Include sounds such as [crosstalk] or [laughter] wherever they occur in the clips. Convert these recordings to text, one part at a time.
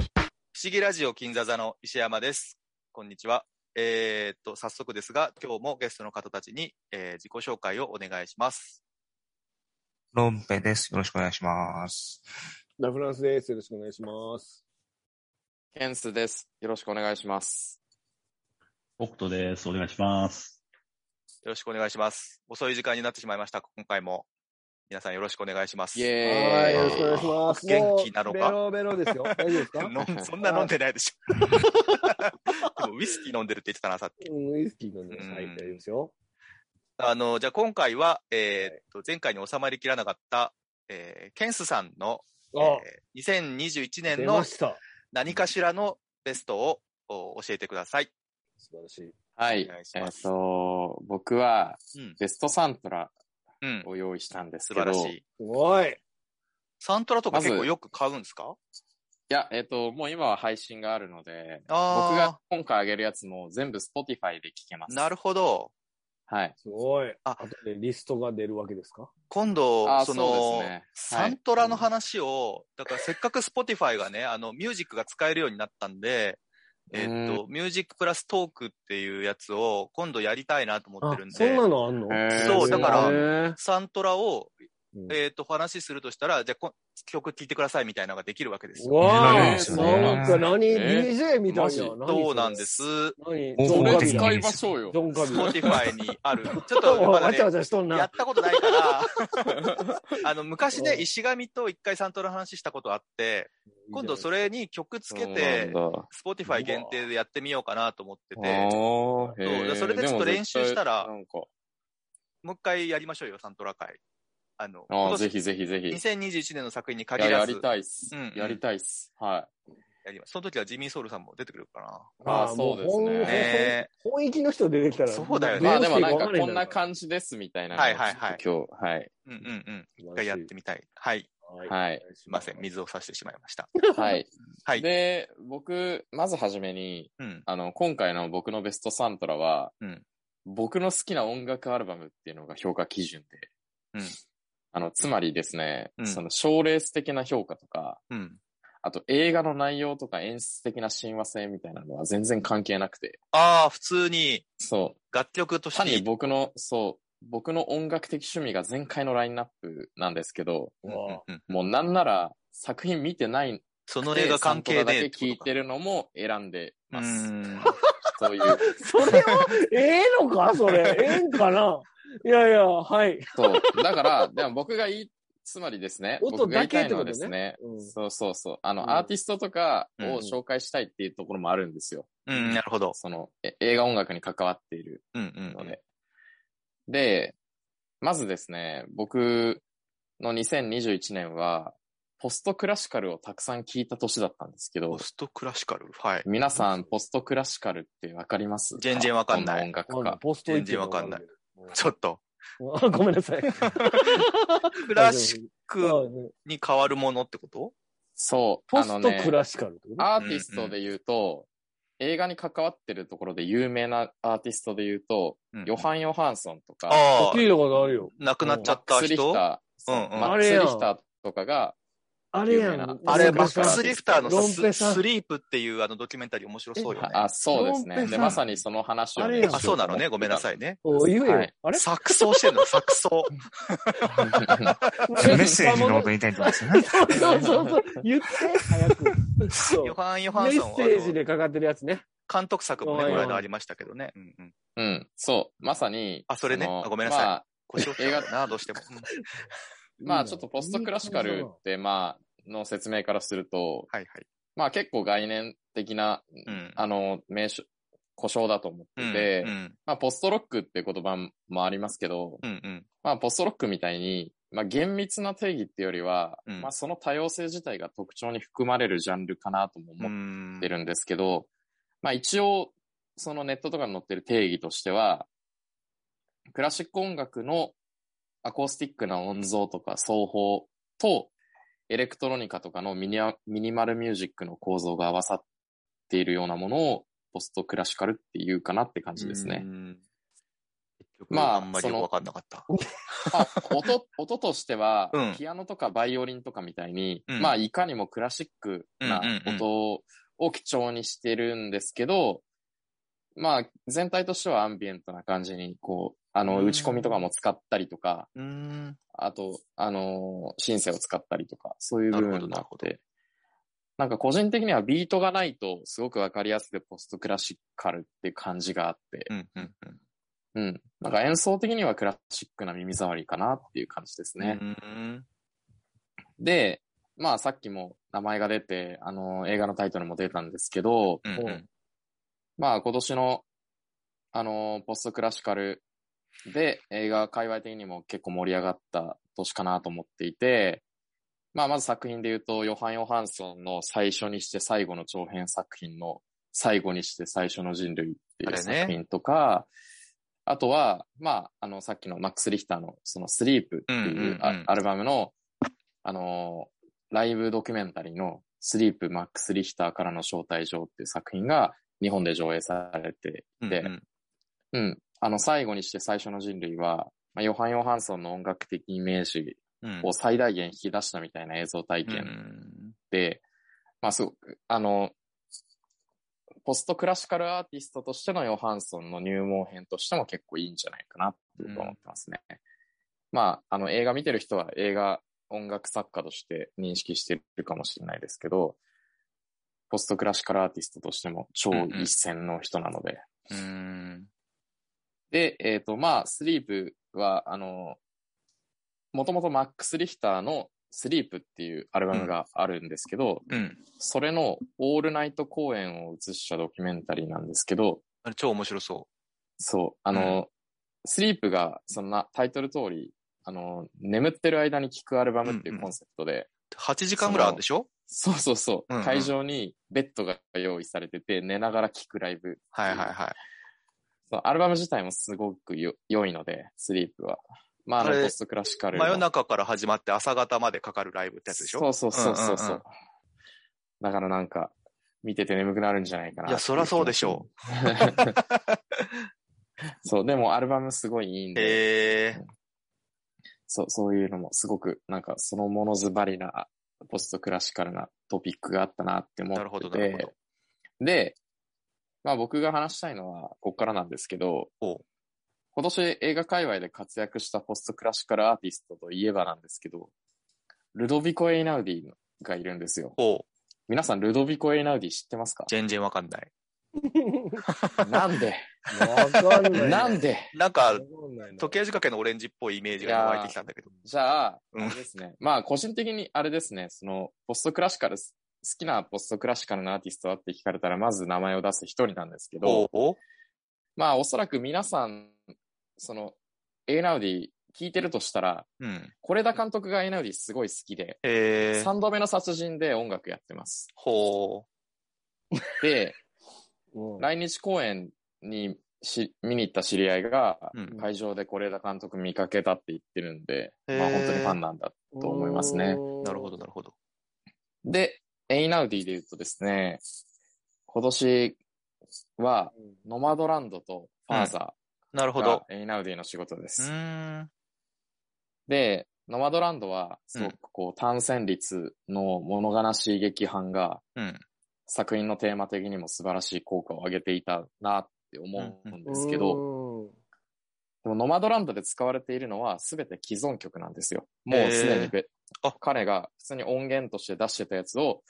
思議ラジオ金座座の石山です。こんにちは。えーっと、早速ですが、今日もゲストの方たちに、えー自己紹介をお願いします。ロンペです。よろしくお願いします。ラフランスです。よろしくお願いします。ケンスです。よろしくお願いします。オクトです。お願いします。よろしくお願いします。遅い時間になってしまいました。今回も皆さんよろしくお願いします。イエーイはい、よろしくお願いします。元気なのかもうベロベロですよ。大丈夫 [laughs] ですか [laughs] 飲んそんな飲んでないでしょ。でもウイスキー飲んでるって言ってたな、さっき。うん、ウイスキー飲んでます。はい、うん大丈夫ですよ。あの、じゃあ今回は、えーっと、前回に収まりきらなかった、えーケンスさんの、えあ、ー2021年出のました。何かしらのベストをお教えてください。素晴らしい。はい。お願いしえまっすと、僕はうん、ベストサントラうん、を用意したんです素け晴ど、らしいい。すごい。サントラとかまず結構よく買うんですかや、えっと、もう今は配信があるので、あー僕が今回あげるやつも全部 Spotify で聞けます。なるほど。はい。すごい。ああとでリストが出るわけですか今度あ、ーそその、うですねはいサントラの話を、だからせっかく Spotify がね、あの、ミュージックが使えるようになったんで、えっと、ミュージックプラストークっていうやつを今度やりたいなと思ってるんそんでな、のあんのへーそうだからら。サントラを、うんえっと、お話しするとしたら、じゃあこ、曲聴いてくださいみたいなのができるわけですうよ。わあ、えーなんか何、え DJ みたいな。何そうなんで。れす。何そゾンれカビだ使いましょうよゾ。ンカビだ。 Spotify にある。ちょっと、 [laughs] お [laughs] まいだわねちゃわちゃしとんやっな。たことない [laughs] から、あの、昔ねう、ん石神と一回サントラの話したことあって、今度それ。れに曲つけて、Spotify 限定でやってみようかなと思ってそうてなんだ、おーへーそうそれでちょっと練習したらでも絶対なんもう一回やりましょうよ、サントラ会。あの、か、あー今年ぜひぜひぜひ。い2021年の作品にや、限やらず、りたいっすうんうん。やりたいっす。はやりますその時はジミー・ソウルさんも出てくるか [laughs] な。ああーーもうそうです本ねね本意気の人出てきたら。そうだよい。ねまあでもなんかどうしていいこんなわか感じですみたいなのをはいはいはいちょっと今日、はい。うんうんうん。ん一ない回んだやっよてみたい。はい。すはいはい。いません、水を差してしまいま [laughs] した。はい。 [laughs] はいで、僕、まずはじめに、うん。あの、今回の僕のベストサントラは、うん僕の好きな音楽アルバムっていうのが評価基準で、うんあの、つまりですね、うんその賞レース的な評価とか、うん。あと映画の内容とか演出的な親和性みたいなのは全然関係なくて、ああ、普通にそう、楽曲とし単にて、僕の、そう、僕の音楽的趣味が全開のラインナップなんですけど、ううんんうんうんもうなんなら作品見てないそのの例でが関係ねえだけ聞いてるのも選んでうます。 [laughs] ん。そういう。それは、ええのかそれ。 [laughs] ええんかないやいや、はい。そう。だから、でも僕が言い、つまりですね、音僕が言いたいのはだけっでてすことね、うんそうそうそう、あの、うんアーティストとかうんを紹介したいっていうところもあるんですよ。うん、なるほど。その、え映画音楽に関わっているうんうんうのん。で。で、まずですね、僕の2021年は、ポストクラシカルをたくさん聞いた年だったんですけどポ、ストクラシカルはい。皆さん、ポストクラシカルってわかりますか全然わかんないど音楽か。ポスト全然わかんない。ちょっと。あ、ごめんなさ [laughs] い。ククラシックック。に変わるものってことそう、ポあスのトねクラシカルってことアーティストで言うと、映画に関わってるところで有名なアーティストで言うと、うんヨハン・ヨハンソンとか、ああ聞、いたことあるよ。亡くなっちゃマッっクたス・リヒ人ターそう、うんうんマックス・リヒターとかが、あれや。有名なんあれ、マバッックス・リフターのさロンペさスん。リープっていうあのドキュメンタリー面白そうよね。あ、そうですロンペね。さんで、まさにその話をあね、れやんあ、そうなのね。ごめんなしさいね。お言えはよい。あれ錯綜してんの、錯綜。ようと思った。メッセージのこと言いたいと思うんですよね。そうそうそうそう。言って、早 [laughs] く。 [laughs] そうヨハン・ヨハメンソンッは、セージあでかかってるやつね。の監督作もね、うんこの間ありましたけどね。うんうん。 [laughs] うん、そう、まさに。あそれねのあごめんなさいまあ腰折っちゃうな、どうしても。うんまあ、ちょっとポストクラシカルって、まあ、の説明からすると、はいはい。まあ結構概念的な、うん。あの、名称、故障だと思ってて、うんまあ、ポストロックっていう言葉もありますけど、うんうん。まあ、ポストロックみたいに、まあ、厳密な定義っていうよりは、うんまあ、その多様性自体が特徴に含まれるジャンルかなともう思んってるんですけど、まあ、一応、そのネットとかに載ってる定義としては、クラシック音楽のアコースティックな音像とか奏法と、エレクトロニカとかのミニアミニマルミュージックの構造が合わさっているようなものを、ポストクラシカルっていうかなって感じですね。うん。結ま局、ああんまりよくわかんなかった。まあ、音、 [laughs] 音としては、うんピアノとかバイオリンとかみたいに、うんまあ、いかにもクラシックなうんうんうん音を基調にしてるんですけど、まあ、全体としてはアンビエントな感じに、こう、あうの、ん打ち込みとかも使ったりとか、うーん。あと、あのー、シンセを使ったりとか、そういう部分にななるっほどなて、なんか個人的にはビートがないと、すごくわかりやすくポストクラシカルって感じがあって、うん、うん、うん。うん。なんか演奏的にはクラシックな耳障りかなっていう感じですね。うーん。で、まあさっきも名前が出て、あの、映画のタイトルも出たんですけど、うんうんまあ今年の、あの、ポストクラシカルで映画界隈的にも結構盛り上がった年かなと思っていて、まあまず作品で言うと、ヨハン・ヨハンソンの最初にして最後の長編作品の最後にして最初の人類っていあれうね作品とか、あとは、まあ、あの、さっきのマックス・リヒターのそのスリープってうんうんいううんあアルバムの、あのー、ライブドキュメンタリーのスリープマックス・リヒターからの招待状っていう作品が日本で上映されてうんでうんうん。あの、最後にして最初の人類は、まあ、ヨハン・ヨハンソンの音楽的イメージうんを最大限引き出したみたいな映像体う験んで、まあ、すごく、あの、ポストクラシカルアーティストとしてのヨハンソンの入門編としても結構いいんじゃないかなって僕は思ってますね。まあ、あの、映画見てる人は映画音楽作家として認識してるかもしれないですけど、ポストクラシカルアーティストとしても超一線の人なので、うん。で、えっ、と、まあ、スリープは、あの、もともとマックス・リヒターのスリープっていうアルバムがあるんですけど、うん。それのオールナイト公演を映したドキュメンタリーなんですけど、あれ超面白そそう、あの、スリープが、そんなタイトル通り、あの、眠ってる間に聴くアルバムっていうコンセプトで、う。8時間ぐらいあるでしょそうそうそうう、んうん会場にベッドが用意されてて、寝ながら聴くライブ。はいはいはい。そう、アルバム自体もすごくよ良いので、スリープは。まあ、ああの、れポストクラシカルの。真夜中から始まって朝方までかかるライブってやつでしょそうそうそうそうそう。うんうんうんだからなんか、見てて眠くなるんじゃないかな。いやそらそうでしょう。 [laughs] そう、でもアルバムすごいいいんで、へえ。そう、そういうのもすごく、なんかそのものズバリな、ポストクラシカルなトピックがあったなって思なるほっど、てなるほてど。、で、まあ僕が話したいのは、こっからなんですけどおう、今年映画界隈で活躍したポストクラシカルアーティストといえばなんですけど、ルドビコ・エイナウディがいるんですよ。おう、皆さん、ルドビコ・エイナウディ知ってますか全然わかんない。 [laughs] なんでわかんない。なんでなんかわ、かんないな時計仕掛けのオレンジっぽいイメージが湧いてきたんだけど。じゃあ、うんあれですね。まあ、個人的にあれですね、その、ポストクラシカル、好きなポストクラシカルのアーティストはって聞かれたら、まず名前を出す一人なんですけおどう、おうまあ、おそらく皆さん、その、エイナウディ聞いてるとしたら、うん。是枝監督がエイナウディすごい好きで、えー、 3度目の殺人で音楽やってます。ほで、うん来日公演にし見に行った知り合いがうん、会場で是枝監督見かけたって言ってるんで、へーまあ本当にファンなんだと思いますね。う。なるほど、。なるほど。で、エイナウディで言うとですね、今年はうんノマドランドとファーザなるーほがど。エイナウディの仕事でうす。ーん。で、ノマドランドはすごくこう単線率の物悲しい劇版がうん。作品のテーマ的にも素晴らしい効果を上げていたなって思うんですけど、ど。でも、ノマドランドで使われているのは全て既存曲なんですよ。もうすでにべ、あ彼が普通に音源として出してたやつを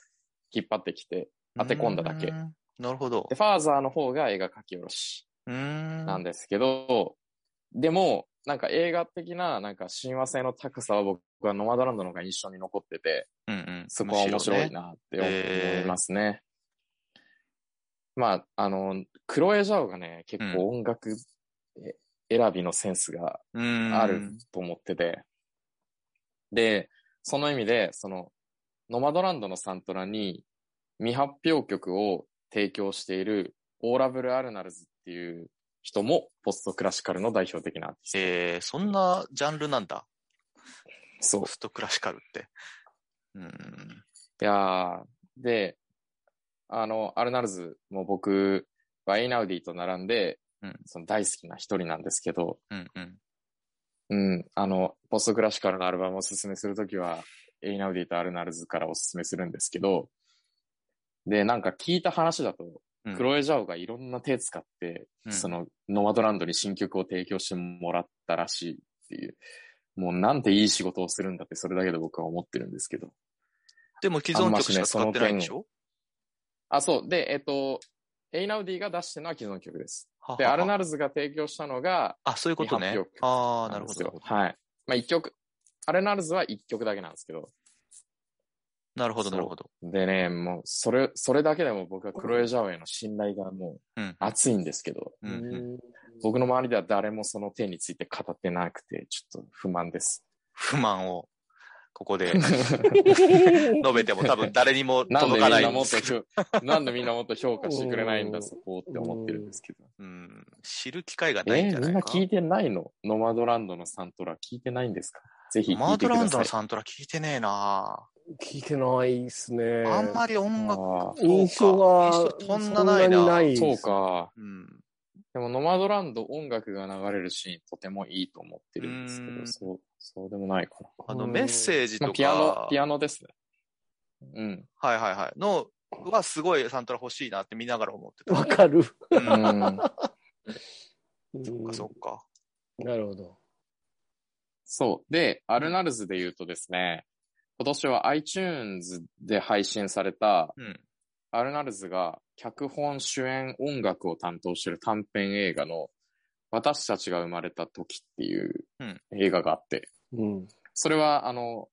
引っ張ってきて、当て込んだだけうーん。なるほどで、。ファーザーの方が映画書き下ろしうーん。なんですけど、でも、なんか映画的な、なんか親和性の高さは僕はノマドランドの方が印象に残ってて、うんうん。そこは面白いむしろね。なって思えー思いますね。まあ、あの、クロエジャオがね、結構音楽え選びのセンスがうーん。あると思ってて。で、その意味で、その、ノマドランドのサントラに未発表曲を提供しているオーラブル・アルナルズっていう人もポストクラシカルの代表的なアーティスト。えー、そんなジャンルなんだ。そうポ。ストクラシカルって。うーん。いやーで、あの、アルナルズも僕はエイナウディと並んで、うんその大好きな一人なんですけど、うんうん。うん、あの、ポストクラシカルのアルバムをおすすめするときは、エイナウディとアルナルズからおすすめするんですけど、で、なんか聞いた話だと、うんクロエ・ジャオがいろんな手使って、うんその、ノマドランドに新曲を提供してもらったらしいっていう。もうなんていい仕事をするんだって、それだけで僕は思ってるんですけど。でも既存曲しか使ってないんでしょあ、そう。で、えっと、エイナウディが出してるのは既存曲です。で、ははアルナルズが提供したのが、あ、そういうことね未発表。曲ああ、ななんるでほすよど。はい。まあ一曲、アルナルズは一曲だけなんですけど。なるほど、なるほど。でね、もう、それ、それだけでも僕はクロエ・ジャオへの信頼がもう、うん熱いんですけど、うんうん僕の周りでは誰もその手について語ってなくて、ちょっと不満です。不満を、ここ [laughs] で述 [laughs] べても多分誰にもなんで届みかんないなんもでっとすけど評、なんでみんなもっと評価してくれないんうだ、んそこって思ってるんですけど。うん、知る機会がえないんじーゃみなんいなか。聞いてないのノマドランドのサントラ聞いてないんですかぜひマ聞ーいトてくランだドさのい。サントラ聞いてねえな聞いてないですね。あんまり音楽、そあうか印象が印象そんなないなそんなになあいそうか。うん。でも、ノマドランド音楽が流れるシーンとてもいいと思ってるんですけうど、んそう、そうでもないかあの、うんメッセージな。まとあ、か、ピアノ、ピアノですね。うん。はいはいはい。の、はすごいサントラ欲しいなって見ながら思ってた。わかる。ううんん、そっかそっか。なるほど。 [laughs] そう。で、アルナルズで言うとですね、今年は iTunes で配信された、うん。アルナルズが脚本、主演、音楽を担当している短編映画の、私たちが生まれた時っていううん映画があって、うん。それは、あの、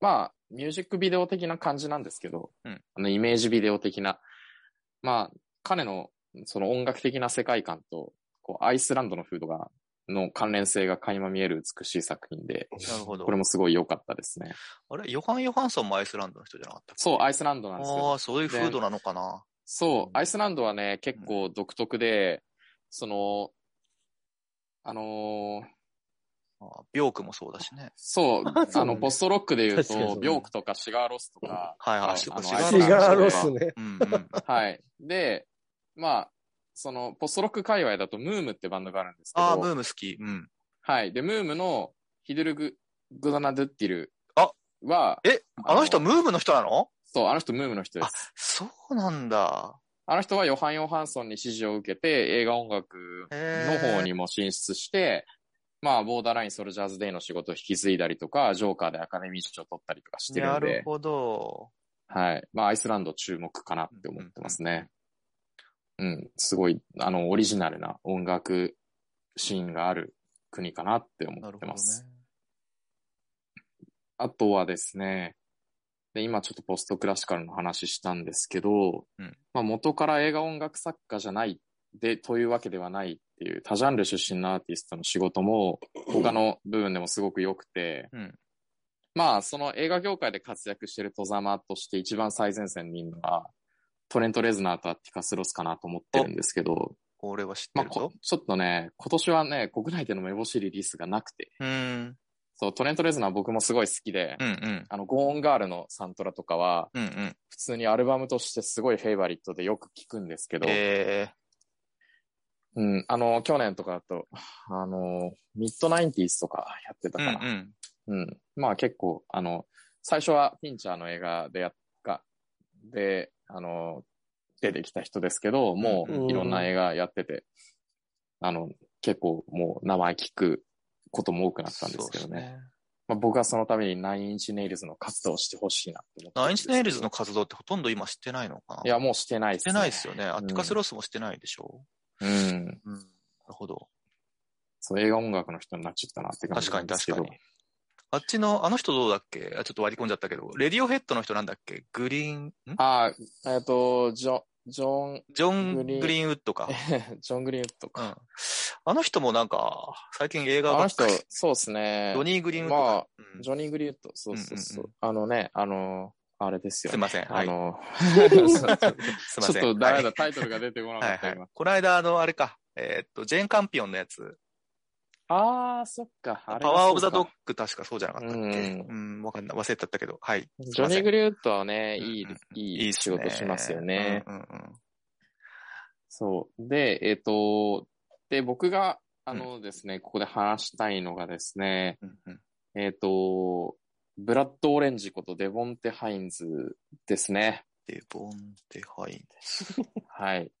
まあ、ミュージックビデオ的な感じなんですけど、うんあの、イメージビデオ的な、まあ、彼の、その音楽的な世界観と、こう、アイスランドの風土が、の関連性が垣間見える美しい作品で、なるほどこ。れもすごい良かったですね。あれヨハン・ヨハンソンもアイスランドの人じゃなかったっけそう、アイスランドなんですあよ。あ、そういう風土なのかな。そう、アイスランドはね、結構独特で、その、あのーあービョークもそうだしね。そう、そうあねの、ポストロックで言う確かにそうと、ねビョークとかシガーロスとか、はいはい。あシあのガシーラガンドーロのス人がね。うんうん。はい。で、まあ、その、ポストロック界隈だと、ムームってバンドがあるんですけ [laughs] ど、ああ、ムーム好き。うん。はい。で、ムームの、ヒドゥルグ・グドナ・ドゥッティルあは、え、あの人、あのムームの人なのそう、あの人、ムームの人です。そうなんだ。あの人は、ヨハン・ヨハンソンに指示を受けて、映画音楽の方にも進出して、まあ、ボーダーライン・ソルジャーズ・デイの仕事を引き継いだりとか、ジョーカーでアカデミー賞を取ったりとかしてるなんでる、ほど。はい。まあ、アイスランド注目かなって思ってますね。うん、すごい、あの、オリジナルな音楽シーンがある国かなって思なっるてほどねま。す。あとはですね、で今ちょっとポストクラシカルの話したんですけど、うんまあ、元から映画音楽作家じゃないで、というわけではないっていう、多ジャンル出身のアーティストの仕事も、他の部分でもすごく良くて、うんまあ、その映画業界で活躍してる戸様として一番最前線にいるのは、トレント・レズナーとアティカス・ロスかなと思ってるんですけど、俺は知ってまあ、るぞこ。ちょっとね、今年はね、国内での目星リリースがなくて、うーん。そう、トレント・レズナー僕もすごい好きで、うんうん。あの、ゴーンガールのサントラとかは、うんうん。普通にアルバムとしてすごいフェイバリットでよく聞くんですけど、えうん、あの、去年とかだと、あの、ミッドナインティーズとかやってたー。うかんうん。な。うん、まあ結構、あの、最初はピンチャーの映画でやっか、で、あの、出てきた人ですけど、もうんういろんな映画やってて、あの、結構もう名前聞くことも多くなったんですけどそうね。っす。まあ、僕はそのためにナインインチネイルズの活動をしてほしいなって思ってるんナインでイすチけど。ネイルズの活動ってほとんど今知ってないのかないや、もうしてないでしす、てね。ないですよね。アうんティカス・ロスもしてないでしょうん。う。うん。なるほど。そう、映画音楽の人になっちゃったなって感じ確かになんですけ確ど。かに。あっちの、あの人どうだっけあちょっと割り込んじゃったけど、レディオヘッドの人なんだっけグリーン、んああ、えっと、ジョン、ジョン、 [laughs] ジョン・グリーングリーンウッド [laughs] か。ジョン・グリーンウッうドんか。。あの人もなんか、最近映画あばのっ人かり、そうですね。ドニー・グリーンウッドまかあ、うんジョニー・グリーンウッド、そうそうそう。うんあのね、あの、あれですよ、ね。すいませんはいあの、 [laughs] すいません。ちょっとダメだ、はいタイトルが出てこなかはっいた、は今。い。この間、あの、あれか、えーっと、ジェーン・カンピオンのやつ、ああ、そっか。あれパがワー・オブ・ザ・そドうッかグ、確かそうじゃなかったっけうんうん、わかんない。忘れちゃったけど、はい。ジョニー・グリリーンウッドはね、いいうんうん、いい仕事しますよね。うんうんうんそう。で、えっ、と、で、僕が、あのですね、ここで話したいのがですね、うんうん。えっ、と、ブラッド・オレンジことデボンテ・ハインズですね。デボンデハイはい。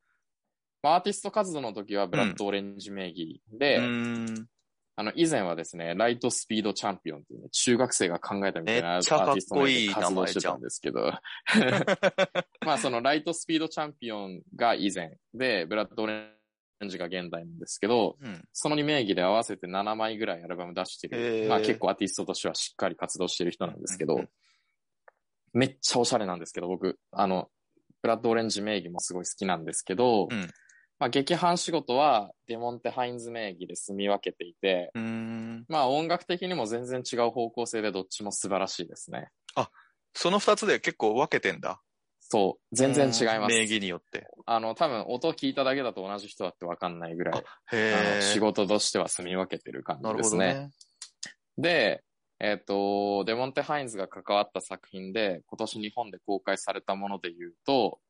まあ、アーティスト活動の時はブラッドオレンジ名義で、ネ。うーん。あの、以前はですね、ライトスピードチャンピオンっていうね、中学生が考えたみたいなめアっーテちゃかっィストこ名いいで活名動前してじゃんたんですけど、 [laughs] まあそのライトスピードチャンピオンが以前で、ブラッドオレンジが現代なんですけど、うん。その2名義で合わせて7枚ぐらいアルバム出してへる、ーまあ結構アーティストとしてはしっかり活動してる人なんですけうんどうん、めっちゃおしゃれなんですけど、僕、あの、ブラッドオレンジ名義もすごい好きなんですけど、うんまあ劇伴仕事はデモンテ・ハインズ名義で住み分けていて、うーん。まあ音楽的にも全然違う方向性でどっちも素晴らしいですね。その二つで結構分けてんだ。そう、全然違います。名義によって。あの、多分音を聞いただけだと同じ人だってわかんないぐらい、あへのえ。仕事としては住み分けてる感なじるでほすどね。ね。で、えっ、と、デモンテ・ハインズが関わった作品で、今年日本で公開されたもので言うと、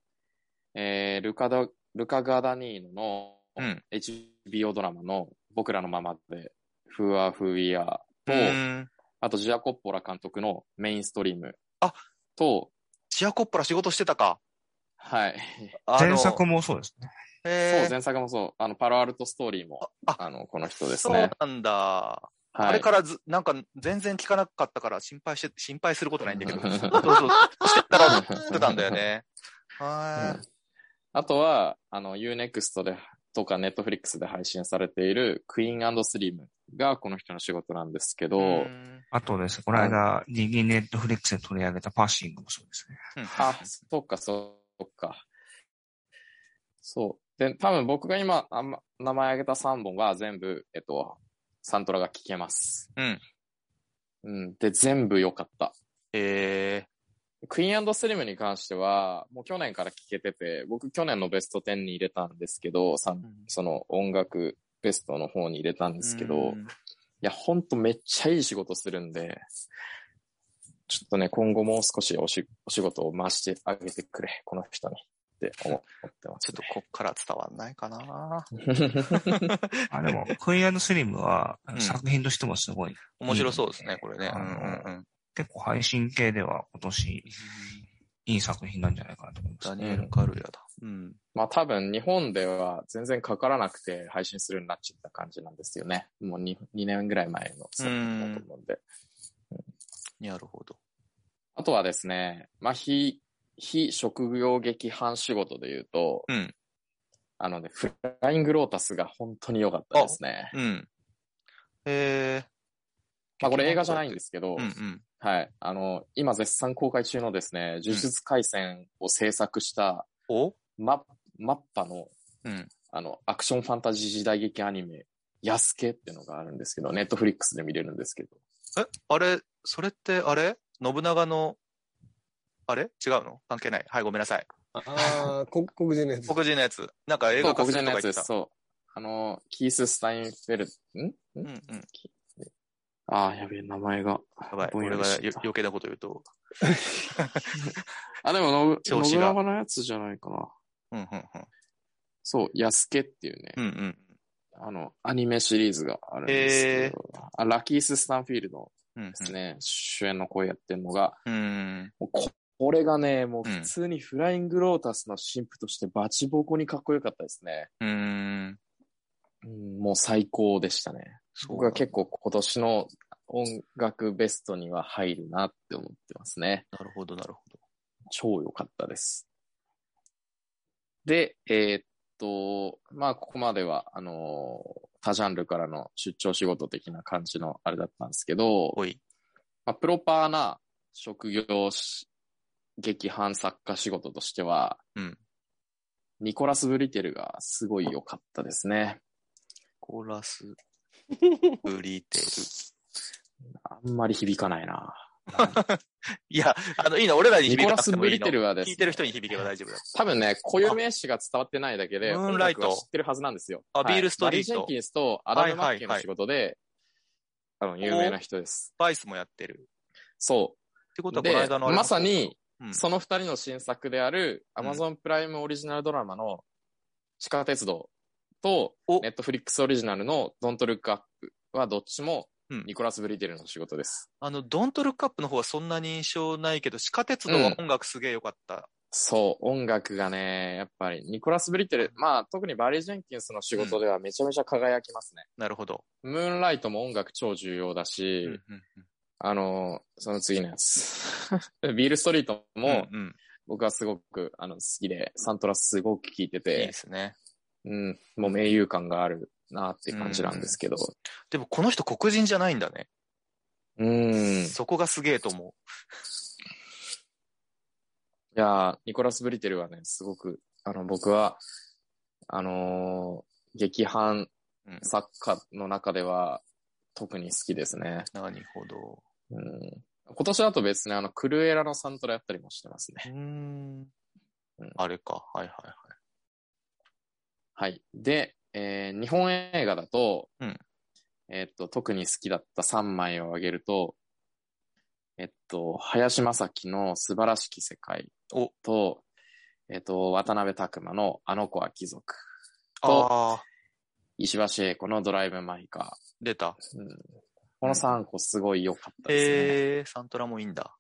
えールカダ、ルカ・ガダニーノのうん。 HBO ドラマの僕らのままで、Who Are Who We Are と、うーんあとジアコッポラ監督のメインストリーム。あと、チアコップラ仕事してたか。はい。あの前作もそうですね。そう、へー前作もそう。あの、パロアルトストーリーも、ああの、この人ですね。そうなんだ。はい。あれからず、なんか全然聞かなかったから心配して、心配することないんだけど。そうそう。してたら、してたんだよね。はあとは、あの、UNEXT で、とか Netflix で配信されている Queen and Slim がこの人の仕事なんですけど、ーい。うんあとですね、この間、ニギネットフリックスで取り上げたパッシングもそうですね。うんあ、そっか、そっか。そう。で、多分僕が今、あんま、名前挙げた3本は全部、えっと、サントラが聴けます。うん。うん。で、全部良かった。えクイーンスリムに関しては、もう去年から聴けてて、僕去年のベスト10に入れたんですけど、さうんんその音楽ベストの方に入れたんー。ですけど、いや、ほんとめっちゃいい仕事するんで、ちょっとね、今後もう少しおしお仕事を回してあげてくれ、この人にって思ってまちょすっとこっから伝わんないかな。あ、でも、 [laughs] クイーンスリムはうん作品としてもすごい、面白そうですね、これね。うあんのうんうん。結構配信系では今年いい作品なんじゃないかなと思いまダすニね。エル・カルヤだ。うん。 [laughs] まあ多分日本では全然かからなくて配信するようになっちゃった感じなんですよね。もう 2, 2年ぐらい前の作品だと思うんで。なるほど。あとはですね、まあ、非、非職業劇伴仕事で言うと、うんあのね、フライングロータスが本当に良かったですね。うん。えー。まあ、これ映画じゃないんですけうど、んうん。はい。あの、今絶賛公開中のですね、呪術廻戦を制作した、おママッパの、うん。あの、アクションファンタジー時代劇アニメ、ヤスケっていうのがあるんですけど、ネットフリックスで見れるんですけど。え、あれ、それってあれ信長の、あれ違うの関係ない。はい、ごめんなさい。ああ、こ黒人のやつ。黒人のやつ。なんか映そう画化黒す人るのとかや言つでってす。た。そう。あの、キース・スタインフェル、んんうんうん。ああ、やべえ、名前が。やばい。ぼんや俺りがしちゃよった余計なこと言うと。あ、でものぶ、調子信が長のやつじゃないかな。うんうんそう、ヤスケっていうね、うん。うんうん。あの、アニメシリーズがあるんですけど、あラキース・スタンフィールドうんうんですね、主演の声やってるのが、うん。もうここれがね、もううん普通にフライングロータスの神父としてバチボコにかっこよかったですね。うん。うん、もう最高でしたね。そう僕は結構今年の音楽ベストには入るなって思ってますね。なるほど、なるほど。超良かったです。で、えーっと、まあ、ここまでは、あのー他ジャンルからの出張仕事的な感じのあれだったんですけど、おい。まあ、プロパーな職業し劇伴作家仕事としては、うんニコラス・ブリテルがすごい良かったですね。コーラス、ブリテ [laughs] ル。あんまり響かないな。いや、あの、いいの、俺らに響ニけなコラくス・てもブいいリのテ。ルはです聞いてる人に響けば大丈夫だ。多分ね、固有名詞が伝わってないだけで、あムーンライト音楽は知ってるはずなんですよ。あはいビールストリートバリー・ジェンキンスとアダム・マッケイの仕事で、多分有名な人です。バイスもやってる。そってことは、う。こので、間のあれまさに、うんその二人の新作である、ん Amazon プライムオリジナルドラマの地下鉄道とお、 Netflix オリジナルの Don't Look Up はどっちもうん、ニコラス・ブリテルの仕事です。あの、ドントルックアップの方はそんなに印象ないけど、地下鉄道は音楽すげえ良かったそう、音楽がね、やっぱり、ニコラス・ブリッテル、まあ、特にバリー・ジェンキンスの仕事ではめちゃめちゃ輝きますね。なるほど。ムーンライトも音楽超重要だし、うんうんあの、その次のやつ。 [laughs] ビールストリートうんもうんうん僕はすごくあの好きで、サントラすごく聴いていいてで、すね。うん、もう名優感があるなっていう感じなんですけど、でもこの人黒人じゃないんだね。うん、いそこがすげえと思う。やー、ニコラス・ブリテルはね、すごく、あの、僕は、あのー劇伴うん作家の中では特に好きですね。なるほど。うん、今年だと別にあの、クルエラのサントラやったりもしてますね。うん。あれか。はいはいはい。はい。で、えー日本映画だと、うんえーっと、特に好きだった3枚を挙げると、えっと、林正樹の素晴らしき世界おと、えっと、渡辺拓馬のあの子は貴族、とああ、石橋英子のドライブ・マイカ出た。ー。うんこの3個すごい良かったですね。えー、サントラもいいんだ。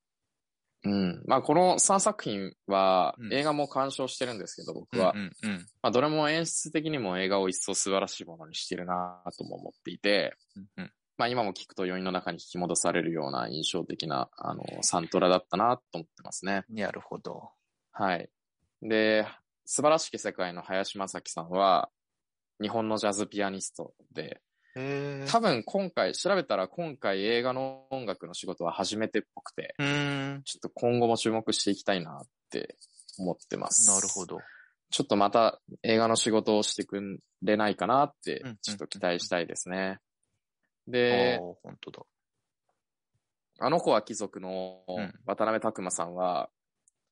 うん。まあ、この3作品はうん映画も鑑賞してるんですけど、僕は。うんうんうんまあ、どれも演出的にも映画を一層素晴らしいものにしてるなとも思っていて、うんうん。まあ今も聞くと余韻の中に引き戻されるような印象的な、あの、サントラだったなと思ってますね。なるほど。はい。で、素晴らしき世界の林正樹さんは、日本のジャズピアニストで、へえ。多分今回、調べたら今回映画の音楽の仕事は初めてっぽくて、うーん。ちょっと今後も注目していきたいなって思ってます。なるほ。ど。ちょっとまた映画の仕事をしてくれないかなってうんうん、ちょっと期待したいですあね。であ、ー、本当だ。あの子は貴族のうん渡辺拓馬さんは、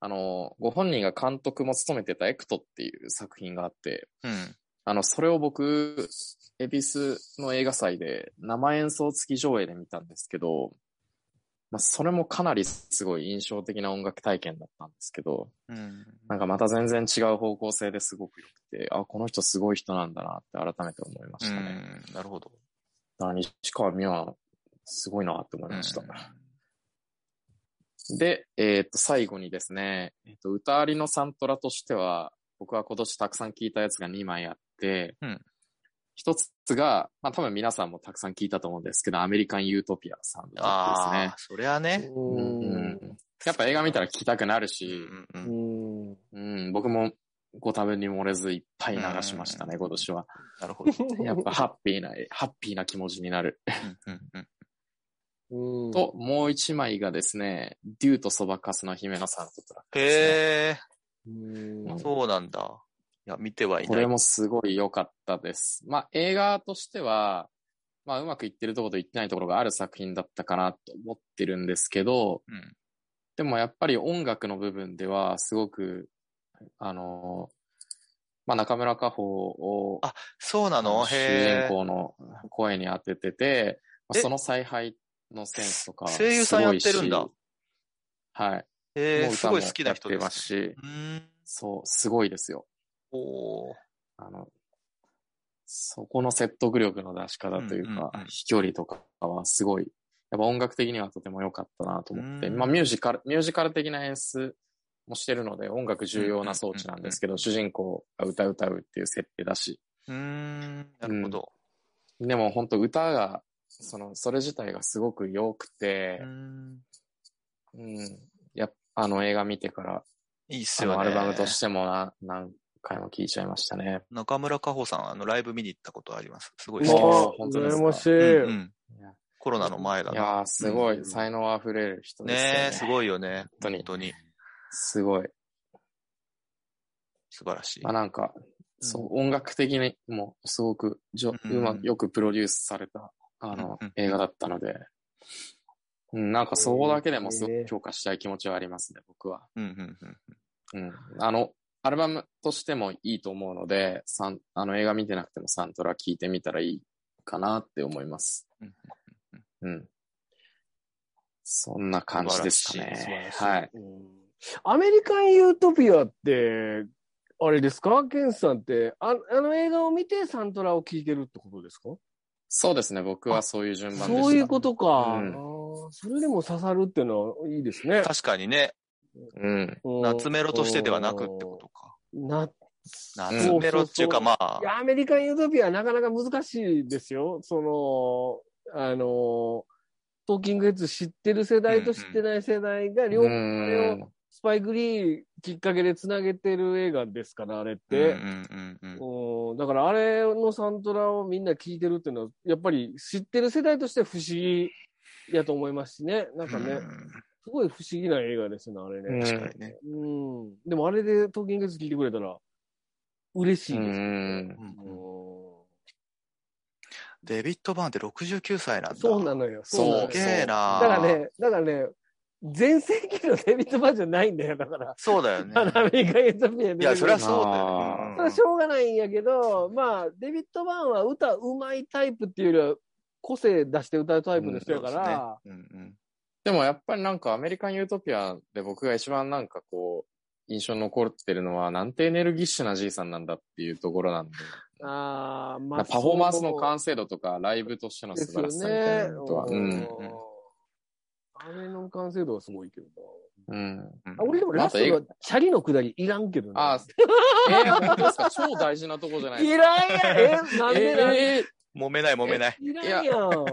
あの、ご本人が監督も務めてたエクトっていう作品があって、うん。あの、それを僕、恵比寿の映画祭で生演奏付き上映で見たんですけど、まあ、それもかなりすごい印象的な音楽体験だったんですけど、うん。なんかまた全然違う方向性ですごく良くて、あ、この人すごい人なんだなって改めて思いまうしたね。ん。なるほど。だから西川美和、すごいなって思いました。うんで、えーっと、最後にですね、えーっと、歌ありのサントラとしては、僕は今年たくさん聞いたやつが2枚あって、うん一つが、まあ多分皆さんもたくさん聞いたと思うんですけど、アメリカン・ユートピアさんだったであすあ、そりゃね。ね。うんうんやっぱ映画見たら聞きたくなるうし、んう。うんん。うん、僕もご多分に漏れずいっぱい流しましたね、今年は。なる [laughs] ほど。やっぱハッピーな、ハッピーな気持ちになる。うんうんうんうん。と、もう一枚がですね、デューとそばかすの姫のサントラですね。へえ、うん。そうなんだ。いや、見てはいこなれい。もすごい良かったです。まあ映画としては、まあうまくいってるところといってないところがある作品だったかなと思ってるんですけど、うんでもやっぱり音楽の部分ではすごく、あの、まあ中村佳穂をあそうなの主演へえ。公の声に当ててて、まあえその采配のセンスとかすごいし。声優さんやってるんだはい。へもえ、うす歌ごもい好きな人で。やってますすし、うーん。そう、すごいですよ。おーあの、そこの説得力の出し方といううんかうんうん、飛距離とかはすごい、やっぱ音楽的にはとても良かったなと思って、うんまあミュージカル、ミュージカル的な演出もしてるので、音楽重要な装置なんですけど、主人公が歌う歌うっていう設定だし、うーん。なるほど。でも本当歌が、その、それ自体がすごく良くてうー、ん。うん、やっぱあの映画見てから、いいっすあよのね。アルバムとしてもな何回も聴いちゃいましたね。中村佳穂さん、あの、ライブ見に行ったことあります。すごいあ好ーも本う、当です羨かましい。きです。ううんんうん。コロナの前だいな。やー、すごうんい、才能あふれる人ですよねねえ、。すごいよね。本当に本当に。すごい。素晴らしいまあ。なんか、そう、音楽的にもすごくじょ、ううんま、よくプロデュースされた、あのうん、映画だったので、うん、なんかそこだけでもすごえーく評価したい気持ちはありますね、僕は。うんうんうん。うん。あの、アルバムとしてもいいと思うので、サンあの映画見てなくてもサントラ聴いてみたらいいかなって思います。うんうん。そんな感じですか素ね。晴はい。アメリカン・ユートピアって、あれですかケンスさんってあ、あの映画を見てサントラを聴いてるってことですかそうですね、僕はそういう順番でした。そういうことか。うあんーそれでも刺さるっていうのはいいですね。確かにね、うん。夏メロとしてではなくってことか。な、夏メロっていうか、うんまいあ、や、アメリカン・ユートピアはなかなか難しいですよ。その、あの、トーキングヘッズ知ってる世代と知ってない世代が両う方あれをん。スパイク・リーきっかけで繋げてる映画ですから、あれっうんて。うんうんうん。うんだからあれのサントラをみんな聞いてるっていうのは、やっぱり知ってる世代として不思議やと思いますしね。なんかね、すごい不思議な映画ですね、あれうんね。確かにね。うん。でもあれでトーキングヘッズ聞いてくれたら、嬉しいですよね。うんうんうんデビッド・バーンって69歳なんだ。そうなのよ。そうなのよすげえなだからね、だからね、全盛期のデビットバーンじゃないんだよ、だから。そうだよね。アメリカユートピアで。いや、それはそそうだあよーれはしょうがないんやけど、まあ、デビットバーンは歌うまいタイプっていうよりは、個性出して歌うタイプの人やから、うんうんでもやっぱりなんかアメリカン・ユートピアで僕が一番なんかこう、印象に残ってるのは、なんてエネルギッシュなじいさんなんだっていうところなんで。ああ、まあ、パフォーマンスの完成度とか、ライブとしての素晴らしさみたいなのとは。ですうよねん。うんあれの完成度はすごいけどうん。うんな。あ俺でもラストはチャリのくだりいらんけどね。あ、えー、本当ですか超大事なとこじゃないいですらんやんえなか。んでなんでえー揉めない揉めない。いらんやん、あれ。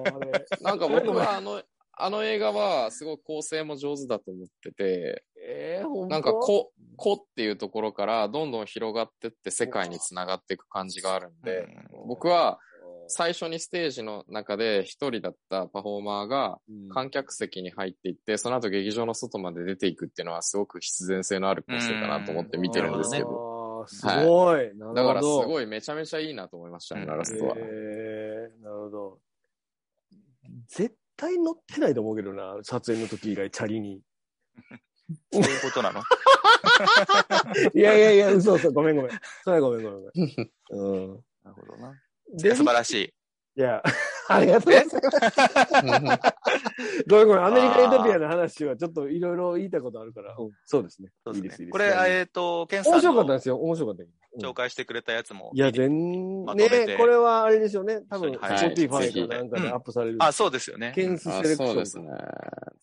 なんか僕はあの、あの映画はすごい構成も上手だと思ってて、ええほんとなんかこ、こっていうところからどんどん広がってって世界に繋がっていく感じがあるんで、僕は最初にステージの中で一人だったパフォーマーが観客席に入っていって、その後劇場の外まで出ていくっていうのはすごく必然性のある構成かなと思って見てるんですけど、ど。すごい。なるほど。だからすい。ごいめちゃめちゃいいなと思いましたね、うんララストは。 [laughs] えー、なるほど。絶対乗ってないと思うけどな、撮影の時以外、チャリに。そういうこと [laughs] なのいやいやいや、嘘嘘、 [laughs] ごめんごめん。それはごめんごめんごめん。うん。なるほどな。いでや素晴らしい。いや、 [laughs] ありがとうございます。ごめんごめん、アメリカ・ユートピアの話はちょっといろいろ言いたいことあるから、うんそうですね。そういですねいです、いいです。これ、えっと、ケンさ面ん白かったのですよ、面白かったです。うん紹介してくれたやつも。いや、全まとめてね、これはあれでしょうね。多分、一緒にはい Spotify かなんかでアップされる。あ、そうですよね。ケンスセあレクシそうョンでか。すね。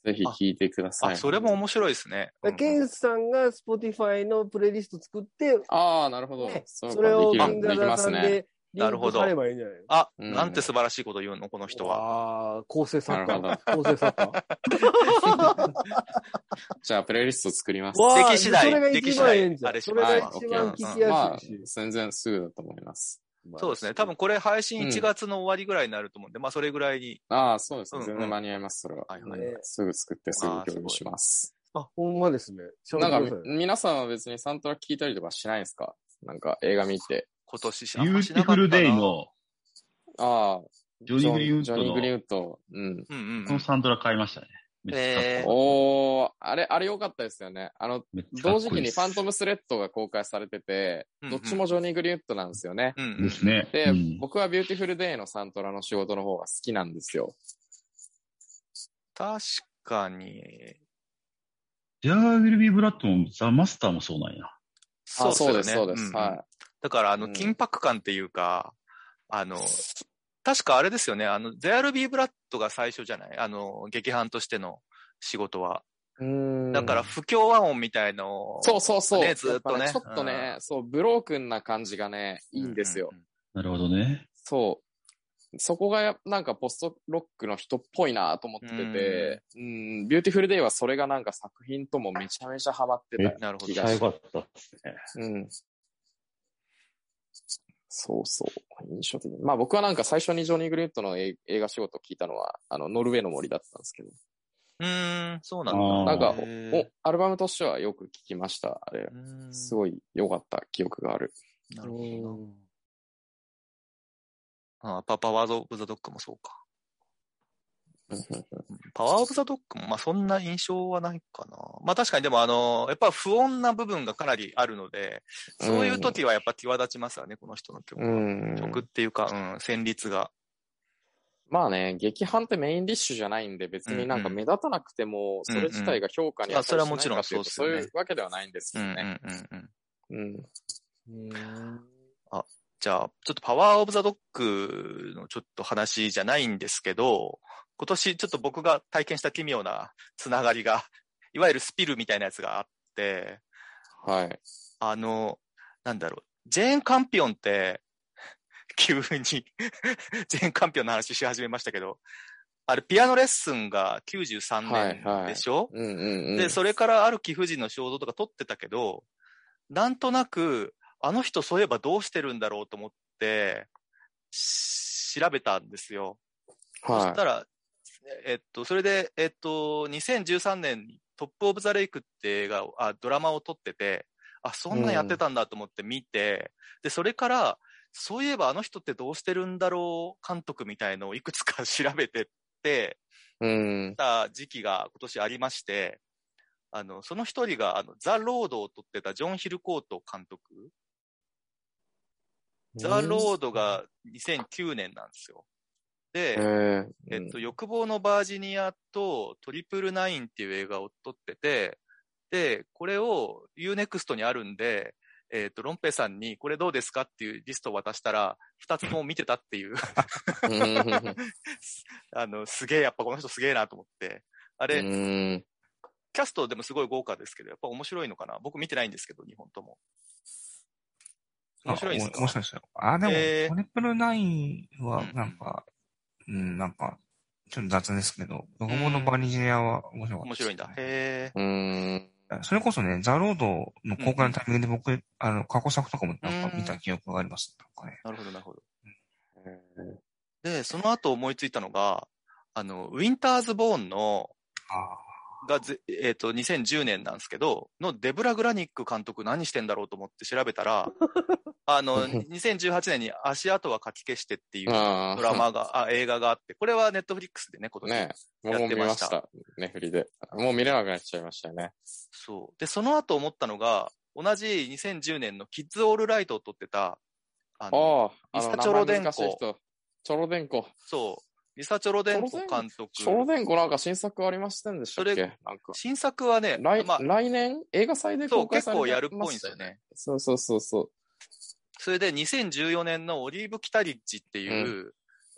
ぜひ聞いてください。あ、それも面白いですね。だからケンスさんが Spotify のプレイリスト作って、ああ、なるほど。ね、うかそれをでキきンるガできラますさんね。でリンク貼ればいいんじゃないのあ、うんなんて素晴らしいこと言うの、この人は。は。ああ、構成作な家るほど。構成作家。じゃあ、プレイリスト作りま [laughs] す。わあ出来次第それが出来一次番第ええんじゃあれん。しそますれが一番聞きまやあすい、し。全然すぐだと思います。そうですね。多分これ配信うん1月の終わりぐらいになると思うんで、まあそれぐらいに。ああ、そうですうね。ん全然間に合います、それは。はいはいねすぐ作って、すぐ共有します。あ、ほんまですね。なんか喋ってくださ、い皆さんは別にサントラ聞いたりとかしないんですかなんか、映画見て。今年しあんユまーしティなかフったルなデイ。の、ああ。ジョニーグリーンウッドジョのニー・グリーンウッド。うん。うんうんうこのん。サンドラ買いましたね。めっちゃえかっこおー、あれ、あれ良かったですよね。あの、めっちゃか同っこいい時期にですファントムスレッドが公開されてて、うんうどんっちもジョニー・グリーンウッドなんですよね。うんうでん。すね。で、うん僕はビューティフルデイのサントラの仕事の方が好きなんですよ。確かに。ジャー・ウィル・ビー・ブラッドもザ・マスターもそうなんや。そうあそうで、ですすそようね。です。んんはだから、あの、うん緊迫感っていうか、あの、確かあれですよね。あの、ゼアルビー・ブラッドが最初じゃないあの、劇伴としての仕事は。い。うんだから、、不協和音みたいのを。そうそうそう。ねずっとねやぱちょっとね、そう、ブロークンな感じがね、いいんですよ。ううなるほどね。そう。そこがやなんかポストロックの人っぽいなと思ってて、うん、ビューティフルデイはそれがなんか作品ともめちゃめちゃハマってん。なるほど気。がしかったですね。た。うん。そうそう。印象的に。まあ僕はなんか最初にジョニー・グリュートの映映画仕事を聞いたのは、あの、ノルウェーの森だったんですけど。うーん、そうなあんーだ。なんかへーお、アルバムとしてはよく聞きました。あれう、ーんすごい良かった記憶がある。なるほどな。あーパパワード・オブ・ザ・ドッグもそうか。うんパワー・オブ・ザ・ドッグも、まあそんな印象はないかな。まあ確かにでもあの、やっぱ不穏な部分がかなりあるので、そういう時はやっぱ際立ちますよね、この人の曲うは。ん。曲っていうか、うん、旋律が。まあね、劇伴ってメインディッシュじゃないんで、別になんかうんうん目立たなくても、それ自体が評価にうんうんあそれは値しないもちろんかっていうとそうっすよねそういうわけではないんですうんようんうね。んうん。うん。じゃあ、ちょっとパワー・オブ・ザ・ドッグのちょっと話じゃないんですけど、今年ちょっと僕が体験した奇妙なつながりが [laughs] いわゆるスピルみたいなやつがあって、はい。あの、なんだろう、ジェーン・カンピオンって、 [laughs] 急に、 [laughs] ジェーン・カンピオンの話し始めましたけど、あれ、ピアノレッスンが93はいは年いでしょ、うんうんうん。で、それからある貴婦人の肖像とか撮ってたけど、なんとなく、あの人そういえばどうしてるんだろうと思って、し調べたんですよ。そしはたら、えっと、それで、えっと、2013年にトップオブザレイクって映画をあ、ドラマを撮ってて、あ、そんなんやってたんだと思って見て、で、それから、そういえばあの人ってどうしてるんだろう監督みたいのをいくつか [laughs] 調べてって、い。うん。った時期が今年ありまして、あの、その一人が、あの、ザ・ロードを撮ってたジョン・ヒルコート監督。ザ・ロードが2009年なんですよ。えで、ー、えっと、欲望のバージニアとトリプルナインっていう映画を撮ってて、で、これを UNEXT にあるんで、えっと、ロンペイさんにこれどうですかっていうリストを渡したら、二つとも見てたっていう。 [laughs] うんあの、すげえ、やっぱこの人すげえなと思って。あれ、うんキャストでもすごい豪華ですけど、やっぱ面白いのかな僕見てないんですけど、日本とも。面白いんですあお面か白いですよ。あ、でも、えートリプルナインはう、んなんか、うん、なんか、ちょっと雑ですけど、ロコモのバニジニアは面白かった、面白いんだ。え。へうん。それこそね、ザ・ロードの公開のタイミングで僕、あの、過去作とかもなんか見た記憶があります。なんかね。え。なるほど、なるほど。で、その後思いついたのが、あの、ウィンターズ・ボーンの、あがぜ、えっ、と、2010年なんですけど、のデブラ・グラニック監督何してんだろうと思って調べた [laughs] ら、あの、2018年に足跡はかき消してっていうああ。ドラマが、あ映画があって、これはネットフリックスでね、今年。ねやってましたもう見ました。ね、振りで。もう見れなくなっちゃいましたよね。そう。で、その後思ったのが、同じ2010年のキッズオールライトを撮ってた、あの、ああ、あミの、サチョロデンコ名前難しい人。チョロデンコ。そう、ミサチョロデンコ監督。チョロデンコなんか新作ありませんでしたっけそれなんか。新作はね、来、まあ、来年映画祭でそ公う、開結さ構れてましたやるっぽいんですよ。ね。そうそうそうそう。それで2014年のオリーブ・キタリッジっていう、